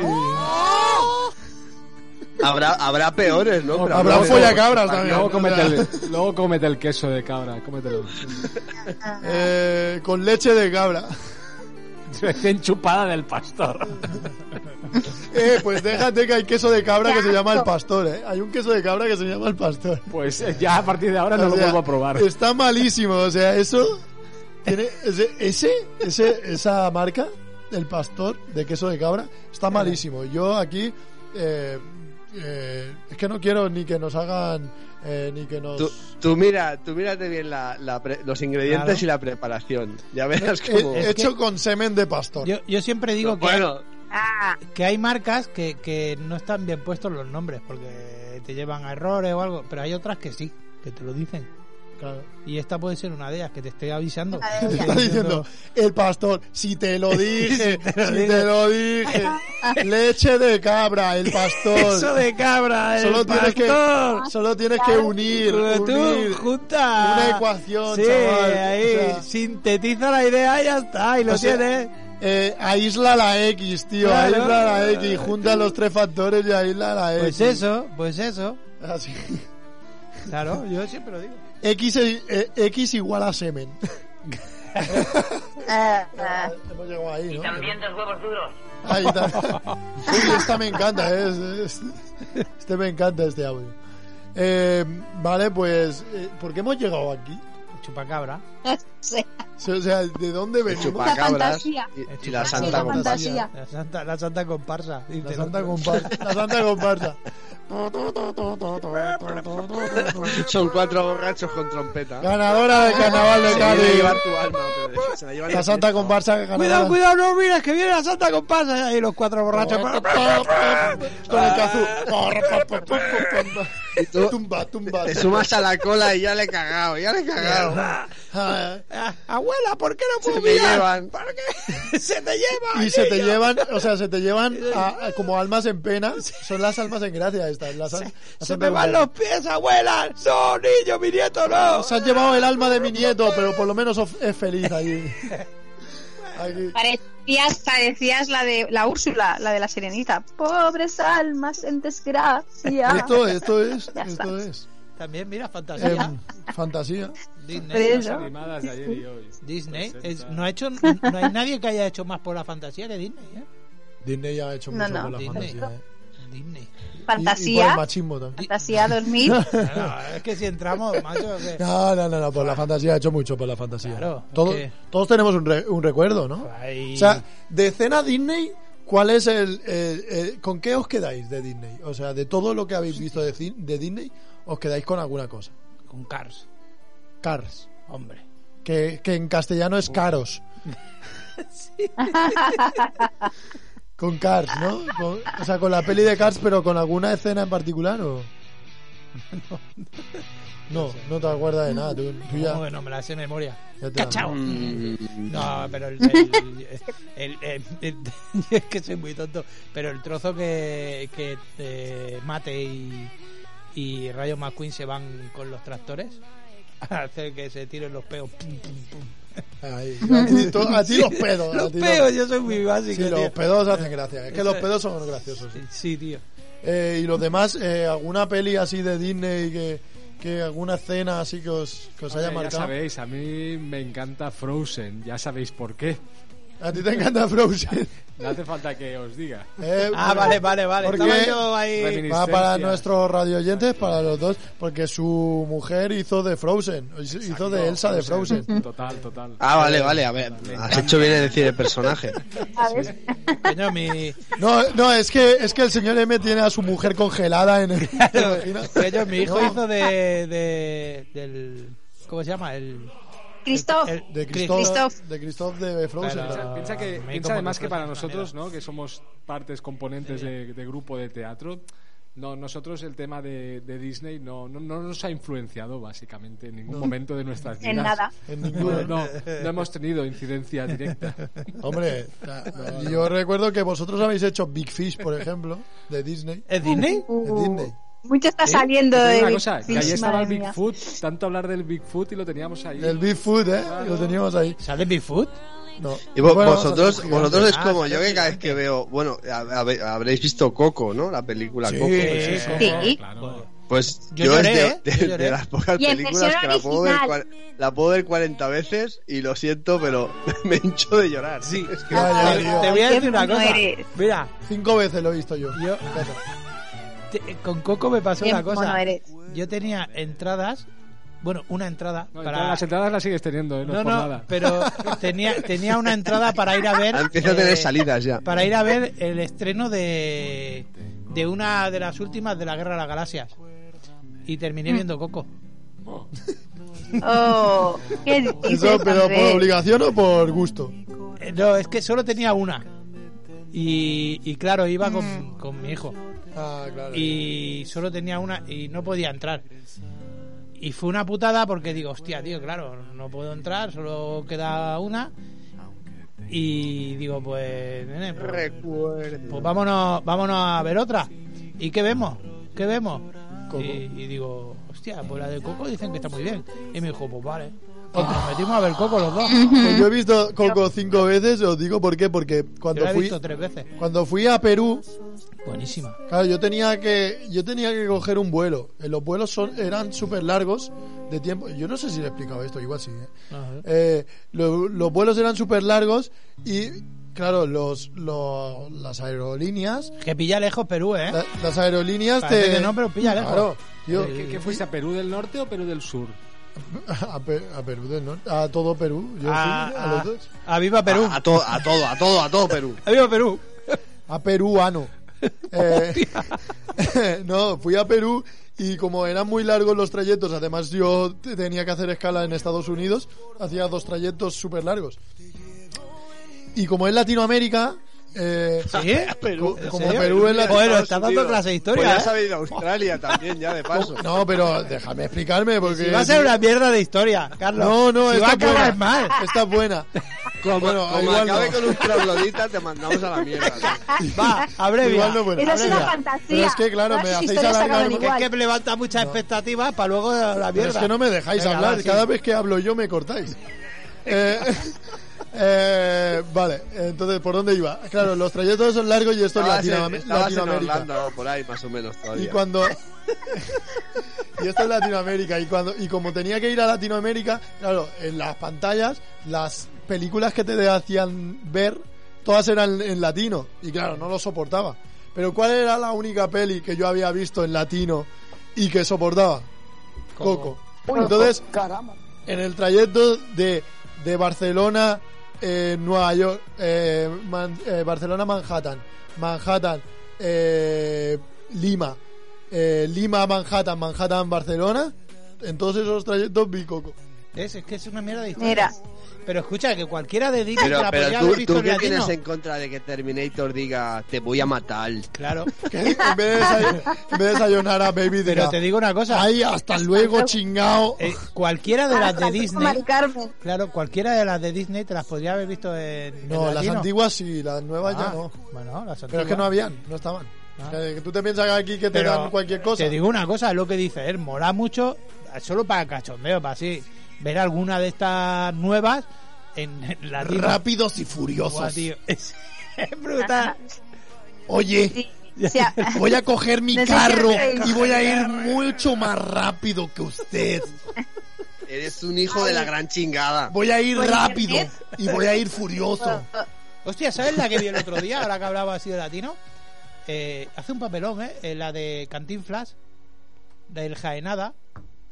F: Habrá, habrá peores, ¿no? Pero
D: Habrá
F: habrá-
D: follacabras también.
G: Luego comete, el, <laughs> luego cómete el queso de cabra, cómetelo.
D: Eh, con leche de cabra. <laughs>
G: Recién chupada del pastor.
D: Eh, pues déjate que hay queso de cabra que se llama el
B: asco.
D: pastor, ¿eh? Hay un queso de cabra que se llama el pastor.
G: Pues eh, ya a partir de ahora no
D: O
G: lo
D: sea,
G: vuelvo a probar.
D: Está malísimo, o sea, eso. Tiene ese, ese- ese- esa marca, el pastor de queso de cabra, está malísimo. Yo aquí. eh, eh, es que no quiero ni que nos hagan. eh, ni que nos.
F: Tú, tú mira, tú mírate bien la- la pre- los ingredientes
E: Claro.
F: y la preparación. Ya verás
D: He-
F: cómo...
D: he Eh, hecho con semen de pastor.
E: yo, yo siempre digo que,
F: bueno,
B: Ah,
E: que hay marcas que, que no están bien puestos los nombres porque te llevan a errores o algo pero hay otras que sí que te lo dicen
D: Claro.
E: y esta puede ser una de ellas que te estoy avisando
B: Una de
E: Te
B: ellas.
E: <laughs> estoy
D: <laughs> Está diciendo, el pastor, si te
E: <laughs>
D: lo dije, si te lo dije, leche de cabra, el
E: eso
D: pastor.
E: de cabra el
D: Solo tienes, que,
E: pastor.
D: solo tienes que unir,
E: Pero tú
D: unir.
E: junta
D: una ecuación,
E: sí,
D: chaval,
E: ahí,
D: o sea.
E: sintetiza la idea y ya está y lo
D: O sea,
E: tienes
D: Eh, aísla la X, tío,
E: Claro.
D: aísla la X, junta los tres factores y aísla la X.
E: Pues eso, pues eso.
D: Así.
E: Claro, yo siempre lo digo.
D: X, es- eh, X igual
I: <laughs>
D: a semen.
B: ah, ah. <laughs>
D: Hemos llegado ahí, ¿no?
I: También dos huevos duros. <laughs>
D: Ahí está. Uy, esta me encanta, ¿eh? Es- es- Este me encanta este audio. Eh, vale, pues, eh, ¿por qué hemos llegado aquí?
E: Chupacabra.
B: No sé.
D: O sea, ¿de dónde
F: el
D: venimos?
F: chupacabras
B: fantasía.
F: y,
E: El
F: y la
E: chupacabras.
B: Sí,
F: Santa
B: la
F: Comparsa.
B: fantasía.
E: eh, La santa, la santa comparsa. dice
D: La
E: el
D: santa
E: otro.
D: comparsa. La santa comparsa.
F: Son cuatro borrachos con trompeta.
D: Ganadora del carnaval de
F: Se viene a llevar
D: Cádiz.
F: tu alma, pero se la llevan en
D: La
F: el
D: santa
F: cesto.
D: comparsa ganadora.
E: Cuidado, cuidado, no mires que viene la santa comparsa. Y los cuatro borrachos.
D: Con el cazú. Tumba, tumba.
F: Te sumas a la cola y ya le he cagado, ya le he cagado.
E: Ah, Abuela, ¿por qué no
F: Se
E: puedo
F: me
E: mirar?
F: llevan.
E: ¿Por qué? <laughs> Se te lleva.
D: Y se te
E: niño.
D: llevan, o sea, se te llevan a- a- como almas en pena. Son las almas en gracia estas. Las, al- las
E: Se
D: almas
E: me
D: en
E: van
D: gracia.
E: los pies, abuela. No, niño, mi nieto, no.
D: Os han llevado el alma de mi nieto, pero por lo menos of- es feliz ahí. Aquí.
B: Parecías, parecías la de la Úrsula, la de la sirenita. Pobres almas en desgracia.
D: Esto, esto es,
B: Ya está.
D: esto es.
E: También, mira, fantasía.
D: Em, fantasía.
E: Disney,
B: Pero
G: Las
B: eso,
G: animadas de ayer y hoy.
E: Disney es-
G: Presenta-
E: no ha hecho, no hay nadie que haya hecho más por la fantasía que Disney, ¿eh?
D: Disney ya ha hecho
B: No,
D: mucho
B: no.
D: con la
E: Disney.
D: fantasía. ¿eh?
E: Disney.
D: Y, y por el
B: fantasía,
D: machismo también.
B: fantasía 2000.
E: Claro, es que si entramos, macho, que-
D: No, no, no, no, por la fantasía ha hecho mucho por la fantasía.
E: Claro,
D: todos,
E: es que-
D: todos tenemos un, re- un recuerdo, ¿no?
E: Ay.
D: O sea, de escena Disney, ¿cuál es el, el- el- ¿Con qué os quedáis de Disney? O sea, de todo lo que habéis visto de, cin- de Disney, ¿os quedáis con alguna cosa?
E: con Cars,
D: Cars,
E: hombre.
D: que, que en castellano es
E: <laughs>
D: caros. con Cars, ¿no? Con- o sea, con la peli de Cars, pero con alguna escena en particular
E: <laughs>
D: o... No, no te acuerdas de nada. Tú, tú ya,
E: No, no me la sé de memoria.
D: ya Mm. te-
E: ¡Cachao!
F: Mm.
E: No, pero el, el- el- el- <laughs> el- es que soy muy tonto. Pero el trozo que, que eh, Mate y, y Rayo McQueen se van con los tractores <laughs> a hacer que se tiren los peos. Pum, pum, pum.
D: Ahí, a
E: <laughs>
D: ti, to- a ti los pedos. a
E: Los
D: ti
E: peos, yo soy muy
D: Sí,
E: básico.
D: los
E: tío.
D: pedos hacen gracia. Es que los pedos son graciosos. sí.
E: Sí, tío.
D: Eh, y los demás, eh, ¿alguna peli así de Disney que, que alguna escena así que os, que os haya
G: Oye, ya
D: marcado?
G: sabéis, a mí me encanta Frozen, ya sabéis por qué.
D: A ti te encanta <laughs> Frozen.
G: No hace falta que os diga.
D: Eh,
E: Ah, vale, vale, vale.
D: Porque-
E: Estaba yo ahí.
D: Va para
G: Reminiscencias.
D: nuestros radio oyentes, para los dos, porque su mujer hizo de Frozen, hizo de Elsa de Frozen.
G: Total, total.
F: Ah, vale, vale, a ver, has hecho bien en decir
E: <laughs>
F: el personaje.
B: ¿sabes?
E: Coño, mi,
D: No, no, es que, es que el señor M tiene a su mujer congelada en
E: <laughs>
D: el... ¿te imaginas?
E: Que yo, mi hijo
D: No.
E: hizo de, de- del ¿cómo se llama? El
B: Cristo,
E: el-
D: De
B: Christoph.
D: Christoph, de Christoph de Frozen.
E: Pero-
G: Piensa que,
E: Me
G: piensa
E: como
G: además
E: que
G: que
E: fuese
G: para
E: una
G: nosotros,
E: mierda.
G: ¿no? Que somos partes componentes de, de grupo de teatro. No, nosotros el tema de, de Disney no, no, no nos ha influenciado básicamente en ningún momento de nuestras vidas.
B: en nada.
D: En
G: No,
D: ninguno.
G: no, no hemos tenido incidencia directa.
D: Hombre, <laughs> yo recuerdo que vosotros habéis hecho Big Fish, por ejemplo, de Disney.
E: ¿Es Disney?
D: De Disney.
B: uh, Mucho <laughs> está
G: ¿Eh?
B: saliendo
G: Te digo
B: de
G: una
B: Big
G: cosa, que
B: Fish,
G: ahí estaba el
B: madre mía.
G: Bigfoot, tanto hablar del Bigfoot y lo teníamos ahí.
D: El Big Food, ¿eh? Lo teníamos ahí.
E: ¿Sale Bigfoot?
D: No.
F: Y vo-
D: Bueno, vamos
F: vosotros,
D: a hacer un
F: vosotros es
E: Ah,
F: como
E: sí,
F: yo que cada vez que veo, bueno, a- habe- habréis visto Coco, ¿no? La película
D: Sí.
F: Coco.
E: Sí,
B: Sí.
E: como-
G: Claro.
E: Joder.
F: Pues
E: Yo
F: yo,
E: lloré,
F: es
E: ¿eh?
F: de-
E: Yo
F: de,
E: lloré.
F: de las pocas
B: Y en
F: películas
B: versión
F: que la puedo, ver,
B: original.
F: cua- la puedo ver 40 veces y lo siento, pero <laughs> me hincho de llorar.
E: Sí.
D: gigante. Ah, Ya, ya,
E: Te
D: tío.
E: voy a
B: Qué
E: decir una
B: bueno
E: cosa.
B: eres.
E: Mira,
D: Cinco veces lo he visto yo.
E: yo te- con Coco me pasó
B: Bien
E: una cosa.
B: mono eres.
E: Yo tenía entradas, bueno, una entrada
G: No, entonces
E: para
G: Las entradas las sigues teniendo, ¿eh? No,
E: No,
G: es por
E: no,
G: nada. <laughs>
E: pero tenía tenía una entrada para ir a ver
F: Ah, Empieza a tener
E: eh,
F: salidas ya.
E: para ir a ver el estreno de, de una de las últimas de la Guerra de las Galaxias. Y terminé viendo Coco.
B: Oh, ¿qué
D: <laughs>
B: dices,
D: Eso, pero por
B: Andrés?
D: obligación o por gusto.
E: Eh, No, es que solo tenía una. Y, y claro, iba con, con mi hijo.
D: Ah, claro.
E: Y solo tenía una y no podía entrar. Y fue una putada porque digo, hostia, tío, claro, no puedo entrar, solo queda una. Y digo, pues, nene, pues, pues vámonos, vámonos a ver otra. ¿Y qué vemos? ¿Qué vemos?
D: Coco.
E: Y, y digo, hostia, pues la de Coco dicen que está muy bien. Y me dijo, pues vale. Y nos metimos a ver Coco los dos.
D: Pues yo he visto Coco cinco veces, os digo por qué, porque
E: Yo
D: cuando
E: la he
D: fui,
E: visto tres veces.
D: cuando fui a Perú,
E: Buenísima.
D: Claro, yo tenía que yo tenía que coger un vuelo. Eh, Los vuelos son, eran súper largos de tiempo. Yo no sé si le he explicado esto, igual sí. ¿eh?
E: Ajá.
D: Eh, lo- los vuelos eran súper largos y, claro, los, los- las aerolíneas...
E: Que pilla lejos Perú, ¿eh?
D: la- las aerolíneas
E: Parece
D: te...
E: que no, pero pilla lejos.
D: Claro, tío,
G: ¿Qué, qué fuiste a Perú del norte o Perú del sur?
D: a, Pe- a Perú del Norte, a todo Perú. Ah, Yo
E: a,
D: fui a los dos.
E: a- a Ah, viva Perú.
F: A, a to- a todo, a todo, a todo Perú.
E: A viva Perú.
D: a
E: <laughs>
D: peruano. Eh, <laughs> no, fui a Perú y como eran muy largos los trayectos, además yo te- tenía que hacer escala en Estados Unidos, hacía dos trayectos súper largos. Y como es Latinoamérica, eh, <laughs>
E: ¿Sí?
F: Perú.
E: ¿En
D: Como
E: serio?
D: Perú es la-
E: Bueno, estás dando
F: Tío,
E: clase de
F: Pues
E: historia.
F: ya
E: ¿eh?
F: sabéis, Australia también, ya
E: <laughs>
F: de paso.
D: no, pero déjame explicarme porque...
E: Si va a ser una mierda de historia, Carlos.
D: No, no,
E: si
D: esta
E: va a
D: es buena.
E: acabar mal.
D: <laughs> Esta es buena.
F: Como,
D: Bueno,
F: como
D: igual
F: acabe
D: no.
F: con un troglodita, te mandamos a la mierda. tío.
E: Va, abrevia.
D: Igual no, bueno,
B: Eso es
D: abrevia.
B: una fantasía.
D: Pero es que, claro,
B: Todas
D: me
B: sus
D: hacéis
B: historias acaban
D: alargar...
E: Que es
B: igual.
E: que me levanta muchas expectativas para luego la
D: Pero
E: mierda.
D: es que no me dejáis
E: Venga,
D: hablar.
E: va, sí. <laughs>
D: Cada vez que hablo yo me cortáis. Eh, eh, vale, entonces, ¿por dónde iba? Claro, los trayectos <laughs> son largos y esto
E: Ah,
D: es
F: Estabas en-
D: Latinoam-
F: estabas en
D: Latinoamérica.
F: Orlando, por ahí más o menos todavía.
D: Y cuando. <laughs> y esto es Latinoamérica. Y, cuando, y como tenía que ir a Latinoamérica, claro, en las pantallas, las películas que te hacían ver, todas eran en latino. Y claro, no lo soportaba. Pero ¿cuál era la única peli que yo había visto en latino y que soportaba? Coco. Entonces,
H: Caramba.
D: en el trayecto de, de Barcelona, eh, Nueva York, eh, Man- eh, Barcelona, Manhattan, Manhattan, eh, Lima, eh, Lima, Manhattan, Manhattan, Barcelona, en todos esos trayectos vi Coco.
E: Es, es que es una mierda de historia.
B: Mira,
E: Pero escucha, que cualquiera de Disney
F: Pero,
E: la
F: pero
E: podría haber
F: tú,
E: visto
F: tú
E: en
F: qué
E: latino.
F: tienes en contra de que Terminator diga te voy a matar. <laughs>
E: Claro.
D: Que en, vez de desay- en vez de desayunar a Baby
E: Pero
D: diga,
E: te digo una cosa.
D: ay, hasta luego, chingao.
E: eh, cualquiera de las de Disney.
B: Mari Carmen.
E: Claro, cualquiera de las de Disney te las podría haber visto en.
D: No,
E: en
D: las
E: latino.
D: antiguas sí, las nuevas ya
E: Ah,
D: no.
E: Bueno, las antiguas.
D: Pero es que no habían, no estaban.
E: Ah.
D: Eh, que tú te piensas que aquí que te
E: Pero
D: dan cualquier cosa.
E: Te digo una cosa, es lo que dice él, mola mucho, solo para cachondeo, para así, ver alguna de estas nuevas en la
D: Rápidos y furiosos.
E: <laughs> Es, es brutal.
D: Oye,
B: O sea,
D: voy a coger <laughs> mi
B: Necesito
D: carro
B: reír.
D: y voy a ir mucho más rápido que usted.
F: Eres un hijo de la gran chingada.
D: Voy a ir
B: Por
D: rápido
B: internet.
D: y voy a ir
B: <laughs>
D: furioso.
E: Hostia, ¿sabes la que vi el otro día, ahora que hablaba así de latino? Eh, hace un papelón, ¿eh? Eh, La de Cantinflas, del Jaenada,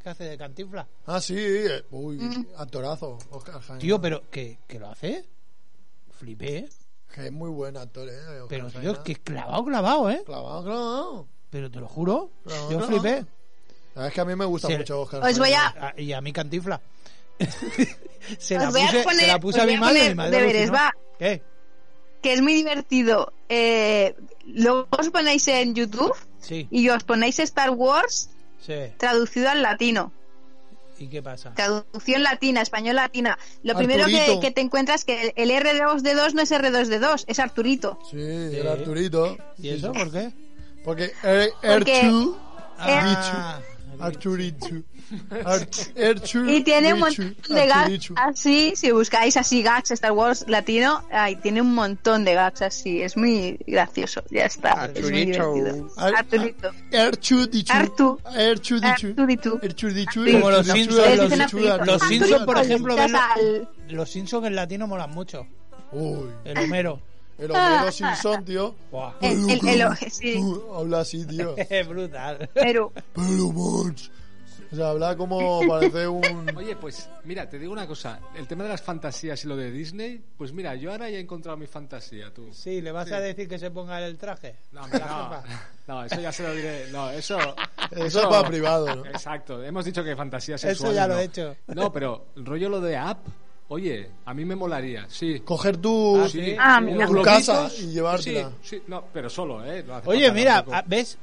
E: que hace de Cantinflas.
D: Ah, sí, eh, uy, actorazo, Oscar Jaén.
E: Tío, pero que, que lo hace, flipé, ¿eh?
D: Que es muy buen actor, eh. Oscar
E: Pero
D: Jaén.
E: tío, es que clavado, clavado, ¿eh?
D: Clavado, clavado.
E: Pero te lo juro,
D: Clavado,
E: yo
D: clavado.
E: flipé.
D: La verdad es que a mí me gusta
E: Sí.
D: mucho Oscar
B: Os voy
D: Jaén.
B: a,
E: Ah, y a mí cantifla. <laughs> se,
B: Os
E: la
B: voy a
E: puse,
B: poner-
E: se la puse
B: os
E: a
B: voy
E: mi
B: a
E: madre.
B: poner
E: mi madre
B: deberes,
E: alucinó.
B: va.
E: ¿Qué?
B: que es muy divertido. Eh, luego os ponéis en YouTube
E: Sí,
B: y os ponéis Star Wars
E: sí.
B: traducido al latino.
E: ¿Y qué pasa?
B: Traducción latina, español latina. Lo primero que,
D: Arturito.
B: que te encuentras es que el, el R2D2 no es R2D2, es Arturito.
D: Sí, el Arturito.
E: ¿Y eso por
B: Eh,
E: qué?
D: Porque er,
B: Porque-
D: Erchu,
E: Ah,
D: Arturichu.
B: <laughs>
D: Arch-
E: Mm,
D: Erchu,
B: Y tiene un
D: Richu,
B: montón de gags
D: Arturichu.
B: así. Si buscáis así gags Star Wars latino, ay, tiene un montón de gags así. Es muy gracioso. Ya está. es muy
F: Arturito.
B: divertido.
D: Ar-
B: Arturito.
D: Erchudichu.
B: Artu.
D: Erchudichu.
B: Artuditu.
D: Erchudichu.
B: Como
E: los Simpsons,
B: Es una
E: Arturito.
B: película.
E: Los Simpsons,
B: Arturito
E: por
B: con
E: ejemplo,
B: vistas
E: verlo-
B: al-
E: Los Simpsons en latino molan mucho.
D: Uy,
E: El Homero.
B: <laughs>
D: el Homero Simpson, tío.
E: Buah. <laughs>
B: El- el- el- sí.
D: Uh, habla así, tío.
E: Es brutal.
B: Pero
D: Pero, Mons. O sea, habla como parece <laughs> un...
G: Oye, pues mira, te digo una cosa. El tema de las fantasías y lo de Disney, pues mira, yo ahora ya he encontrado mi fantasía, tú.
E: Sí, ¿le vas a decir que se ponga el traje?
G: No, hombre,
E: La
G: no,
E: capa.
G: no, eso ya se lo diré. No, eso.
D: Eso es para privado, ¿no?
G: Exacto, hemos dicho que fantasía
E: Eso
G: sexual.
E: ya lo
G: no.
E: he hecho.
G: No, pero rollo lo de app, oye, a mí me molaría, sí.
D: Coger tu...
E: Ah, sí.
B: Ah, mira.
D: Tu
G: Los
D: casa
G: globitos,
D: y llevártela.
G: Sí, sí, no, pero solo, ¿eh? No hace
E: Oye,
G: falta
E: mira,
G: tampoco.
E: ah, ¿ves?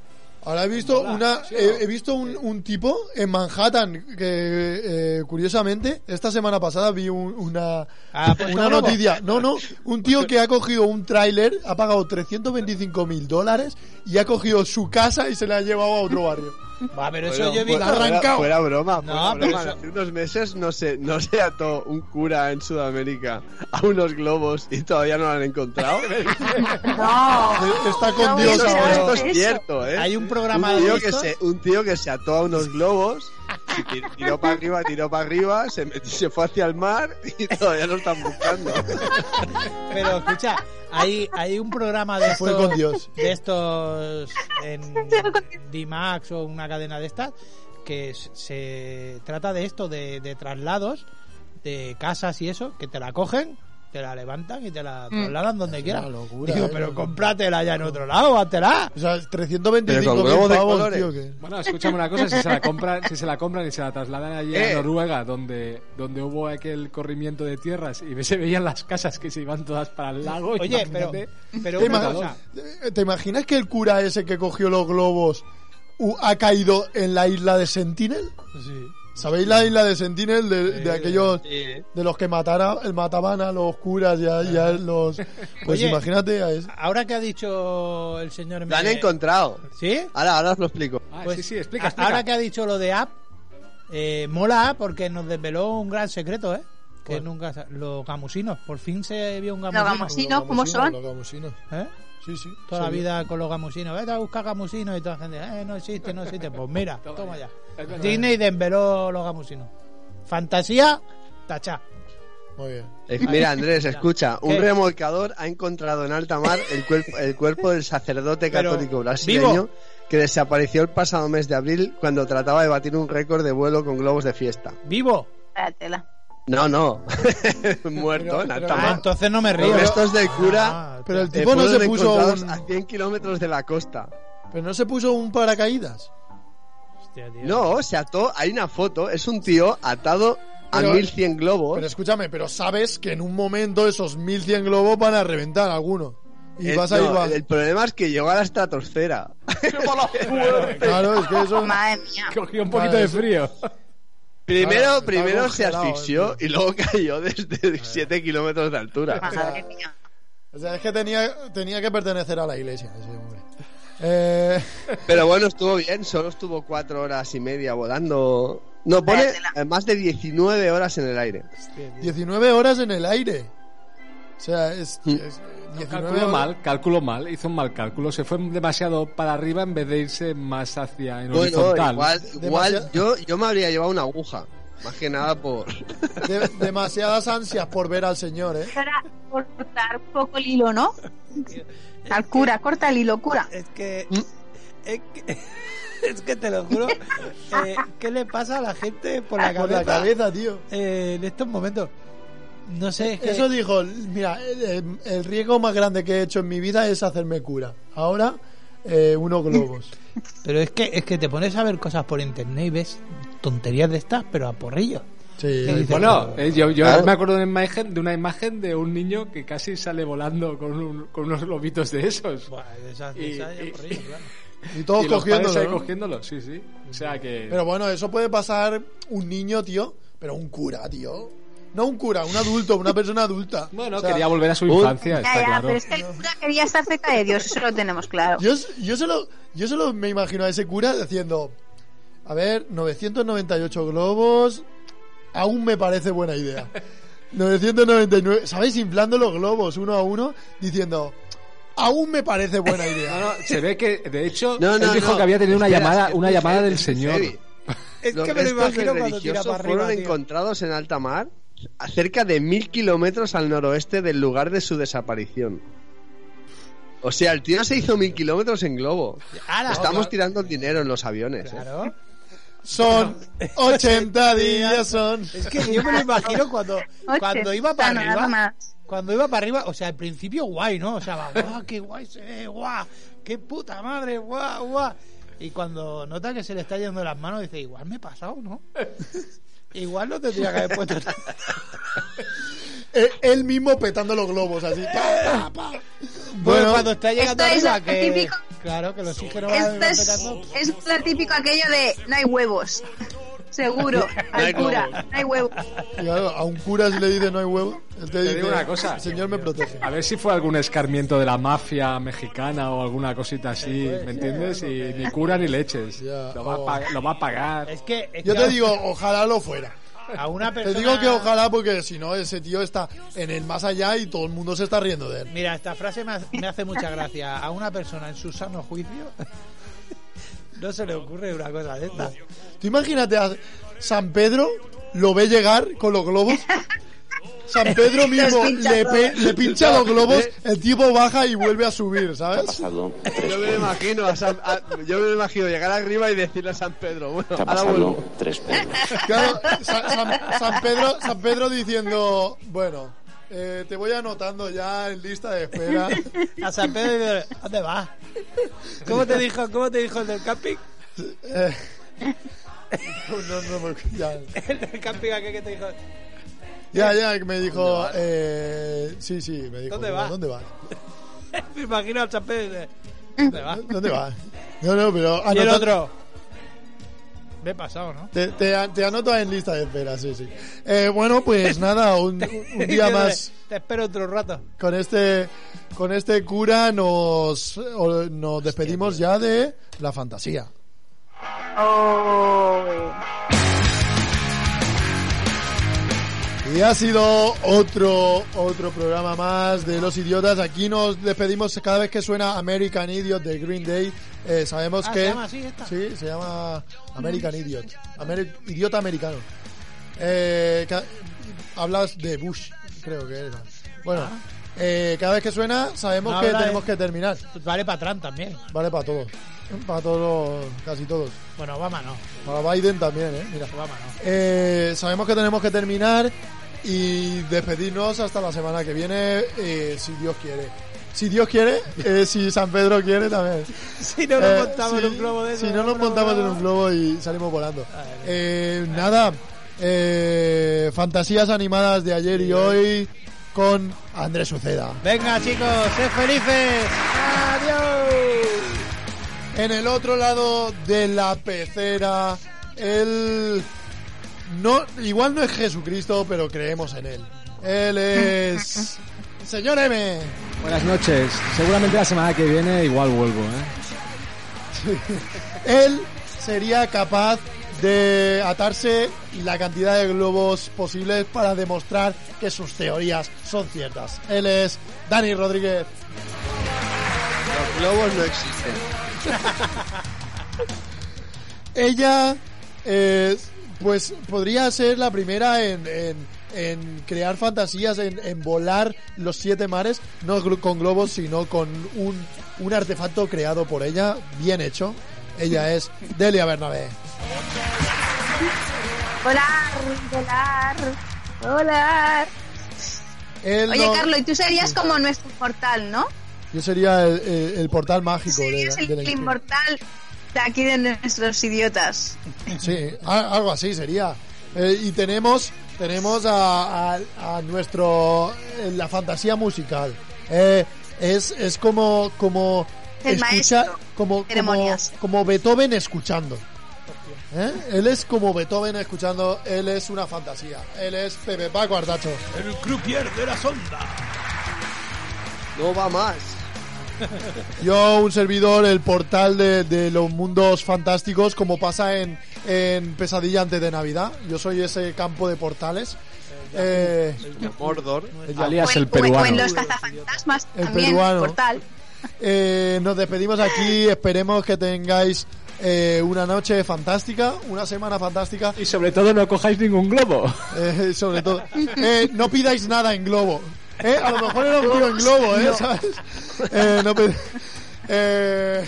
D: Ahora he visto
G: Mola,
D: una,
G: sí,
D: eh,
G: ¿no?
D: he visto un, un tipo en Manhattan que eh, curiosamente esta semana pasada vi un- una
E: Ah, pues
D: una
E: loco.
D: noticia, no no, un tío que ha cogido un tráiler, ha pagado 325 mil dólares y ha cogido su casa y se la ha llevado a otro barrio.
E: Va, pero eso
F: Bueno,
E: yo he
F: fuera-
E: visto-
F: Fuera, fuera broma, fuera
E: No, pero
F: broma.
E: eso-
F: Hace unos meses no se, no se ató un cura en Sudamérica a unos globos y todavía no lo
E: <laughs>
F: han encontrado.
B: no.
D: Eh, Está con
B: No,
D: Dios
B: eso-
D: ahora.
F: esto es
B: eso.
F: cierto, ¿eh?
E: Hay un programa de
F: tío que
E: estos.
F: se, Un tío que se ató a unos globos, y tir- tiró para arriba, tiró para arriba, se, metió- se fue hacia el mar y <laughs> todavía lo están buscando.
E: Pero escucha, hay, hay un programa de estos,
D: Fue con Dios.
E: de estos en D-Max o una cadena de estas que s- se trata de esto, de, de traslados, de casas y eso, que te la cogen, te la levantan y te la trasladan donde quieras.
D: locura,
E: Digo,
D: ¿eh?
E: pero cómpratela ya en otro lado, hátela.
D: O sea,
F: Pero
D: 325
F: con huevos
D: mil
F: de
D: pavos,
F: colores.
D: tío, que-
G: Bueno, escúchame una cosa, si se la compran, si se la compran y se la trasladan allí
F: Eh.
G: a Noruega, donde, donde hubo aquel corrimiento de tierras y se veían las casas que se iban todas para el lago.
E: Oye, pero,
G: imagínate.
E: pero
D: ¿Te,
E: una
D: ima-
E: cosa,
D: eh, ¿Te imaginas que el cura ese que cogió los globos uh, ha caído en la isla de Sentinel? ¿Sabéis la isla de Sentinel de,
E: Eh,
D: de aquellos de los que matara, el mataban a los curas y a, y a los pues
E: Oye.
D: imagínate a eso.
E: ahora que ha dicho el señor...
F: Lo han
E: me-
F: encontrado.
E: ¿Sí?
F: Ahora, ahora os lo explico.
G: Ah,
E: Pues,
G: sí, sí, explica,
E: a-
G: explica.
E: Ahora que ha dicho lo de app, eh, mola porque nos desveló un gran secreto, ¿eh? que nunca. sa- Los gamusinos, por fin se vio un
B: Los
E: gamusino.
B: gamusinos, ¿cómo son?
D: Los gamusinos.
E: ¿Eh?
D: Sí, sí.
E: Toda
D: se
E: la
D: vio.
E: vida con los gamusinos. Vete a buscar gamusinos y toda la gente. Eh, no existe, no existe. Pues <laughs> mira, toma ya.
G: verdad.
E: Disney desveló los gamusinos. Fantasía, tachá.
D: Muy bien.
F: Eh, Mira, Andrés, escucha. Un
E: ¿Qué?
F: remolcador ha encontrado en alta mar el, cuerp- el cuerpo del sacerdote
E: Pero,
F: católico brasileño
E: ¿vivo?
F: que desapareció el pasado mes de abril cuando trataba de batir un récord de vuelo con globos de fiesta.
E: Vivo.
B: Espératela.
F: No, no. <laughs> Muerto en alta
E: Ah,
F: mar.
E: entonces no me río.
F: Los restos del
E: Ah,
F: cura.
D: Pero el
F: eh,
D: tipo no
F: fueron
D: se puso
F: encontrados
D: un-
F: a 100 kilómetros de la costa.
D: Pero no se puso un paracaídas.
E: Hostia, tío.
F: No, se ató. Hay una foto. Es un tío atado a
D: Pero-
F: 1100 globos.
D: Pero escúchame, pero sabes que en un momento esos 1100 globos van a reventar alguno. Y
F: Eh,
D: vas a ir
F: no,
D: va-
F: El problema es que llegó a la estratosfera.
D: <laughs> Claro, es que eso.
B: Madre mía.
G: Cogió un poquito
D: Vale,
G: de
D: sí.
G: frío.
F: Primero,
D: Claro, está
F: primero se
D: congelado,
F: asfixió
D: eh,
F: y luego <laughs> cayó desde 7 kilómetros de altura.
B: Madre mía.
D: O sea, es que tenía, tenía que pertenecer a la iglesia ese hombre. Eh,
F: Pero bueno, estuvo bien, solo estuvo 4 horas y media volando. No, pone
B: Véatela.
F: eh, más de 19 horas en el aire.
D: 19 horas en el aire. O sea, es.
F: Mm.
D: es 19
G: Calculó
D: horas.
G: mal, calculó mal, hizo un mal cálculo. Se fue demasiado para arriba en vez de irse más hacia en
F: Bueno,
G: horizontal.
F: igual, igual
D: Demasiado-
F: yo, yo me habría llevado una aguja. Más que nada por.
D: De- demasiadas ansias por ver al señor, ¿eh?
B: Para cortar un poco el hilo, ¿no? Al cura, corta el hilo, cura.
E: Es que. Es que. <laughs> Es que te lo juro. eh, ¿Qué le pasa a la gente <laughs> por la
D: Por la
E: cabeza,
D: cabeza, tío.
E: eh, en estos momentos? No sé, es que.
D: Eso dijo, mira, el, el- el riesgo más grande que he hecho en mi vida es hacerme cura. Ahora, eh, unos globos.
E: Pero es que, es que te pones a ver cosas por internet y ves tonterías de estas, pero a porrillo.
D: Sí,
E: ¿Qué dices?
G: Bueno, eh, yo, yo
F: Claro.
G: me acuerdo de una, imagen, de una imagen de un niño que casi sale volando con, un- con unos globitos de esos.
E: Buah, de esas- de
G: Y-
E: esas ya
G: y- <laughs>
E: porrillo, claro.
D: y todos
G: y los padres
D: cogiéndolo,
G: ahí
D: ¿no?
G: cogiéndolo, sí, sí. O sea que...
D: Pero bueno, eso puede pasar un niño, tío, pero un cura, tío. No un cura, un adulto, una persona adulta.
G: bueno,
D: O sea,
G: quería volver a su
F: un-
B: Ya,
G: infancia, está
B: ya,
G: claro.
B: pero es que el cura quería estar cerca de Dios, eso lo tenemos claro.
D: Yo, yo, solo, yo solo me imagino a ese cura diciendo, a ver, 998 globos, aún me parece buena
G: <laughs>
D: idea. 999, ¿sabéis? Inflando los globos uno a uno, diciendo, aún me parece buena
G: No, <laughs>
D: idea.
G: no, se ve que, de hecho,
F: No, no,
G: él dijo
F: no.
G: que había tenido una
F: Espera,
G: llamada,
F: es
G: una
F: muy
G: llamada
F: heavy,
G: del
F: es
G: señor.
F: heavy.
E: Es
F: Los
E: que me lo
F: restos del
E: imagino cuando tira
F: religioso
E: para arriba.
F: fueron
E: tío.
F: encontrados en alta mar, a cerca de mil kilómetros al noroeste del lugar de su desaparición. O sea, el tío se hizo mil kilómetros en globo.
E: ¡Hala!
F: Estamos tirando dinero en los aviones. ¿eh?
E: Claro.
D: Son
G: <laughs>
D: 80 días, son...
E: Es que yo me lo imagino cuando, cuando
B: Oye,
E: iba para
B: Ah, no, nada
E: arriba.
B: más.
E: Cuando iba para arriba, o sea, al principio guay, ¿no? O sea, va, guau, qué guay se ve, guau, qué puta madre, guau, guau. Y cuando nota que se le está yendo las manos, dice, igual me he pasado,
D: <laughs>
E: ¿no? Igual no tendría que haber puesto.
D: Eh, Él mismo petando los globos, así.
G: <laughs>
D: pa, pa, pa.
E: Bueno, cuando está llegando
B: esto es
E: arriba,
B: lo
E: que.
B: típico.
E: Claro, que el oxígeno va
B: Esto es,
E: petando.
B: es lo típico aquello de no hay huevos. Seguro, al cura, no hay huevos.
D: Y claro, a un cura si le dice no hay huevo, él te
G: digo
D: dice,
G: una cosa.
D: "El Señor me protege.
G: A ver si fue algún escarmiento de la mafia mexicana o alguna cosita así, ¿me entiendes? Y ni cura ni leches.
D: Ya,
G: Lo va a,
D: o-
G: pa- lo va a pagar.
E: Es que. es
D: Yo
E: que
D: te
E: a-
D: digo, ojalá lo fuera.
E: A una
D: Te
E: persona.
D: digo que ojalá porque si no, ese tío está en el más allá y todo el mundo se está riendo de él.
E: Mira, esta frase me ha- me hace mucha gracia. A una persona en su sano juicio <laughs> no se le ocurre una cosa de esta.
D: Tú imagínate a San Pedro, lo ve llegar con los
B: <laughs>
D: globos. San Pedro mismo
B: Los pincha
D: le, pe-
B: todos.
D: le pincha los globos, el tipo baja y vuelve a subir, ¿sabes?
F: Yo me imagino a San- a- yo me imagino llegar arriba y decirle a San Pedro, bueno, ahora vuelvo. <laughs>
D: Claro, Sa- San, San Pedro, San Pedro diciendo, bueno, eh, te voy anotando ya en lista
B: <laughs>
D: de espera.
E: <laughs> A San Pedro y dice, ¿dónde vas? ¿Cómo te dijo, cómo te dijo el del camping? <laughs>
D: Eh, <laughs> no, no, porque ya.
E: El del camping aquel que te dijo,
D: Ya, ya, que me dijo. Eh, sí, sí, me dijo.
E: ¿Dónde
D: digo,
E: vas?
D: ¿Dónde vas?
E: me imagino al San Pedro y dice, ¿dónde vas?
D: ¿Dónde vas? No, no, pero.
E: Y el
D: anota-
E: otro, me he pasado, <laughs> ¿no?
D: Te, te, te anoto en lista de espera, sí, sí. Eh, bueno,
E: <laughs>
D: pues nada, un, un día
E: Diciéndole,
D: más
E: Te espero otro rato.
D: con este. Con este cura nos, o- nos despedimos ya de la fantasía.
B: Oh.
D: Y ha sido otro, otro programa más de Los Idiotas. Aquí nos despedimos cada vez que suena American Idiot de Green Day. eh, sabemos
E: Ah,
D: que...
E: ¿se llama así esta?
D: Sí, se llama American Idiot. Ameri- idiota americano. Eh, ca- hablas de Bush, creo que era. Bueno, eh, cada vez que suena sabemos
E: Ah. No
D: que
E: habla de-
D: tenemos que terminar.
E: Vale para Trump también.
D: Vale para todos. Para todos, los- casi todos.
E: Bueno, Obama no.
D: Para Biden también, ¿eh? Mira.
E: Obama no.
D: Eh, sabemos que tenemos que terminar y despedirnos hasta la semana que viene, eh, si Dios quiere. Si Dios quiere, eh, si San Pedro quiere también.
E: <laughs> Si no
D: Eh,
E: nos montamos
D: si-
E: en un globo de eso.
D: Si no nos montamos en un globo y salimos volando. Eh, nada, eh, fantasías animadas de ayer y hoy con Andrés Uceda.
E: Venga, chicos, sed felices. Adiós.
D: En el otro lado de la pecera, el... No, igual no es Jesucristo, pero creemos en él. Eh, Él
E: <laughs>
D: es... Señor M.
G: Buenas noches. Seguramente la semana que viene igual vuelvo, ¿eh?
D: Él sería capaz de atarse la cantidad de globos posibles para demostrar que sus teorías son ciertas. Él es Dani Rodríguez.
F: Los globos Pues no existen.
D: Ella, eh, pues, podría ser la primera en, en- en crear fantasías, en, en volar los siete mares, no glo- con globos, sino con un, un artefacto creado por ella, bien hecho. Ella es Delia Bernabé.
B: Volar, volar, volar.
D: Él
B: Oye,
D: no-
B: Carlos, y tú serías como nuestro portal, ¿no?
D: Yo sería el, el- el portal mágico de,
B: Serías
D: la- de la
B: el
D: historia.
B: inmortal de aquí de nuestros idiotas.
D: Sí, a- algo así sería. Eh, y tenemos tenemos a, a- a nuestro eh, la fantasía musical. Eh, es, es como como
B: El maestro.
D: como como,
B: Ceremonias.
D: como Beethoven escuchando. ¿Eh? Él es como Beethoven escuchando, él es una fantasía. Él es Pepe Paco Artacho.
E: El croupier de la sonda.
F: No va más.
D: Yo, un servidor, el portal de, de los mundos fantásticos, como pasa en, en Pesadilla antes de Navidad. Yo soy ese campo de portales. Eh,
F: Mordor.
G: Alias
B: o, en-
G: el
B: o en
G: peruano.
B: los cazafantasmas
D: El
B: también,
D: peruano.
B: portal.
D: eh, nos despedimos aquí. Esperemos que tengáis eh, una noche fantástica, una semana fantástica.
G: Y sobre todo no cojáis ningún globo.
D: eh, sobre todo, Eh, no pidáis nada en globo. Eh, a lo mejor era un tío en globo, ¿eh? ¿Sabes? Eh, no pid- Eh,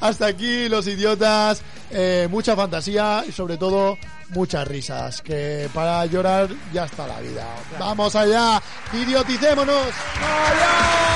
D: hasta aquí, los idiotas. Eh, mucha fantasía y sobre todo muchas risas. Que para llorar ya está la vida. Vamos allá, idioticémonos. ¡Adiós!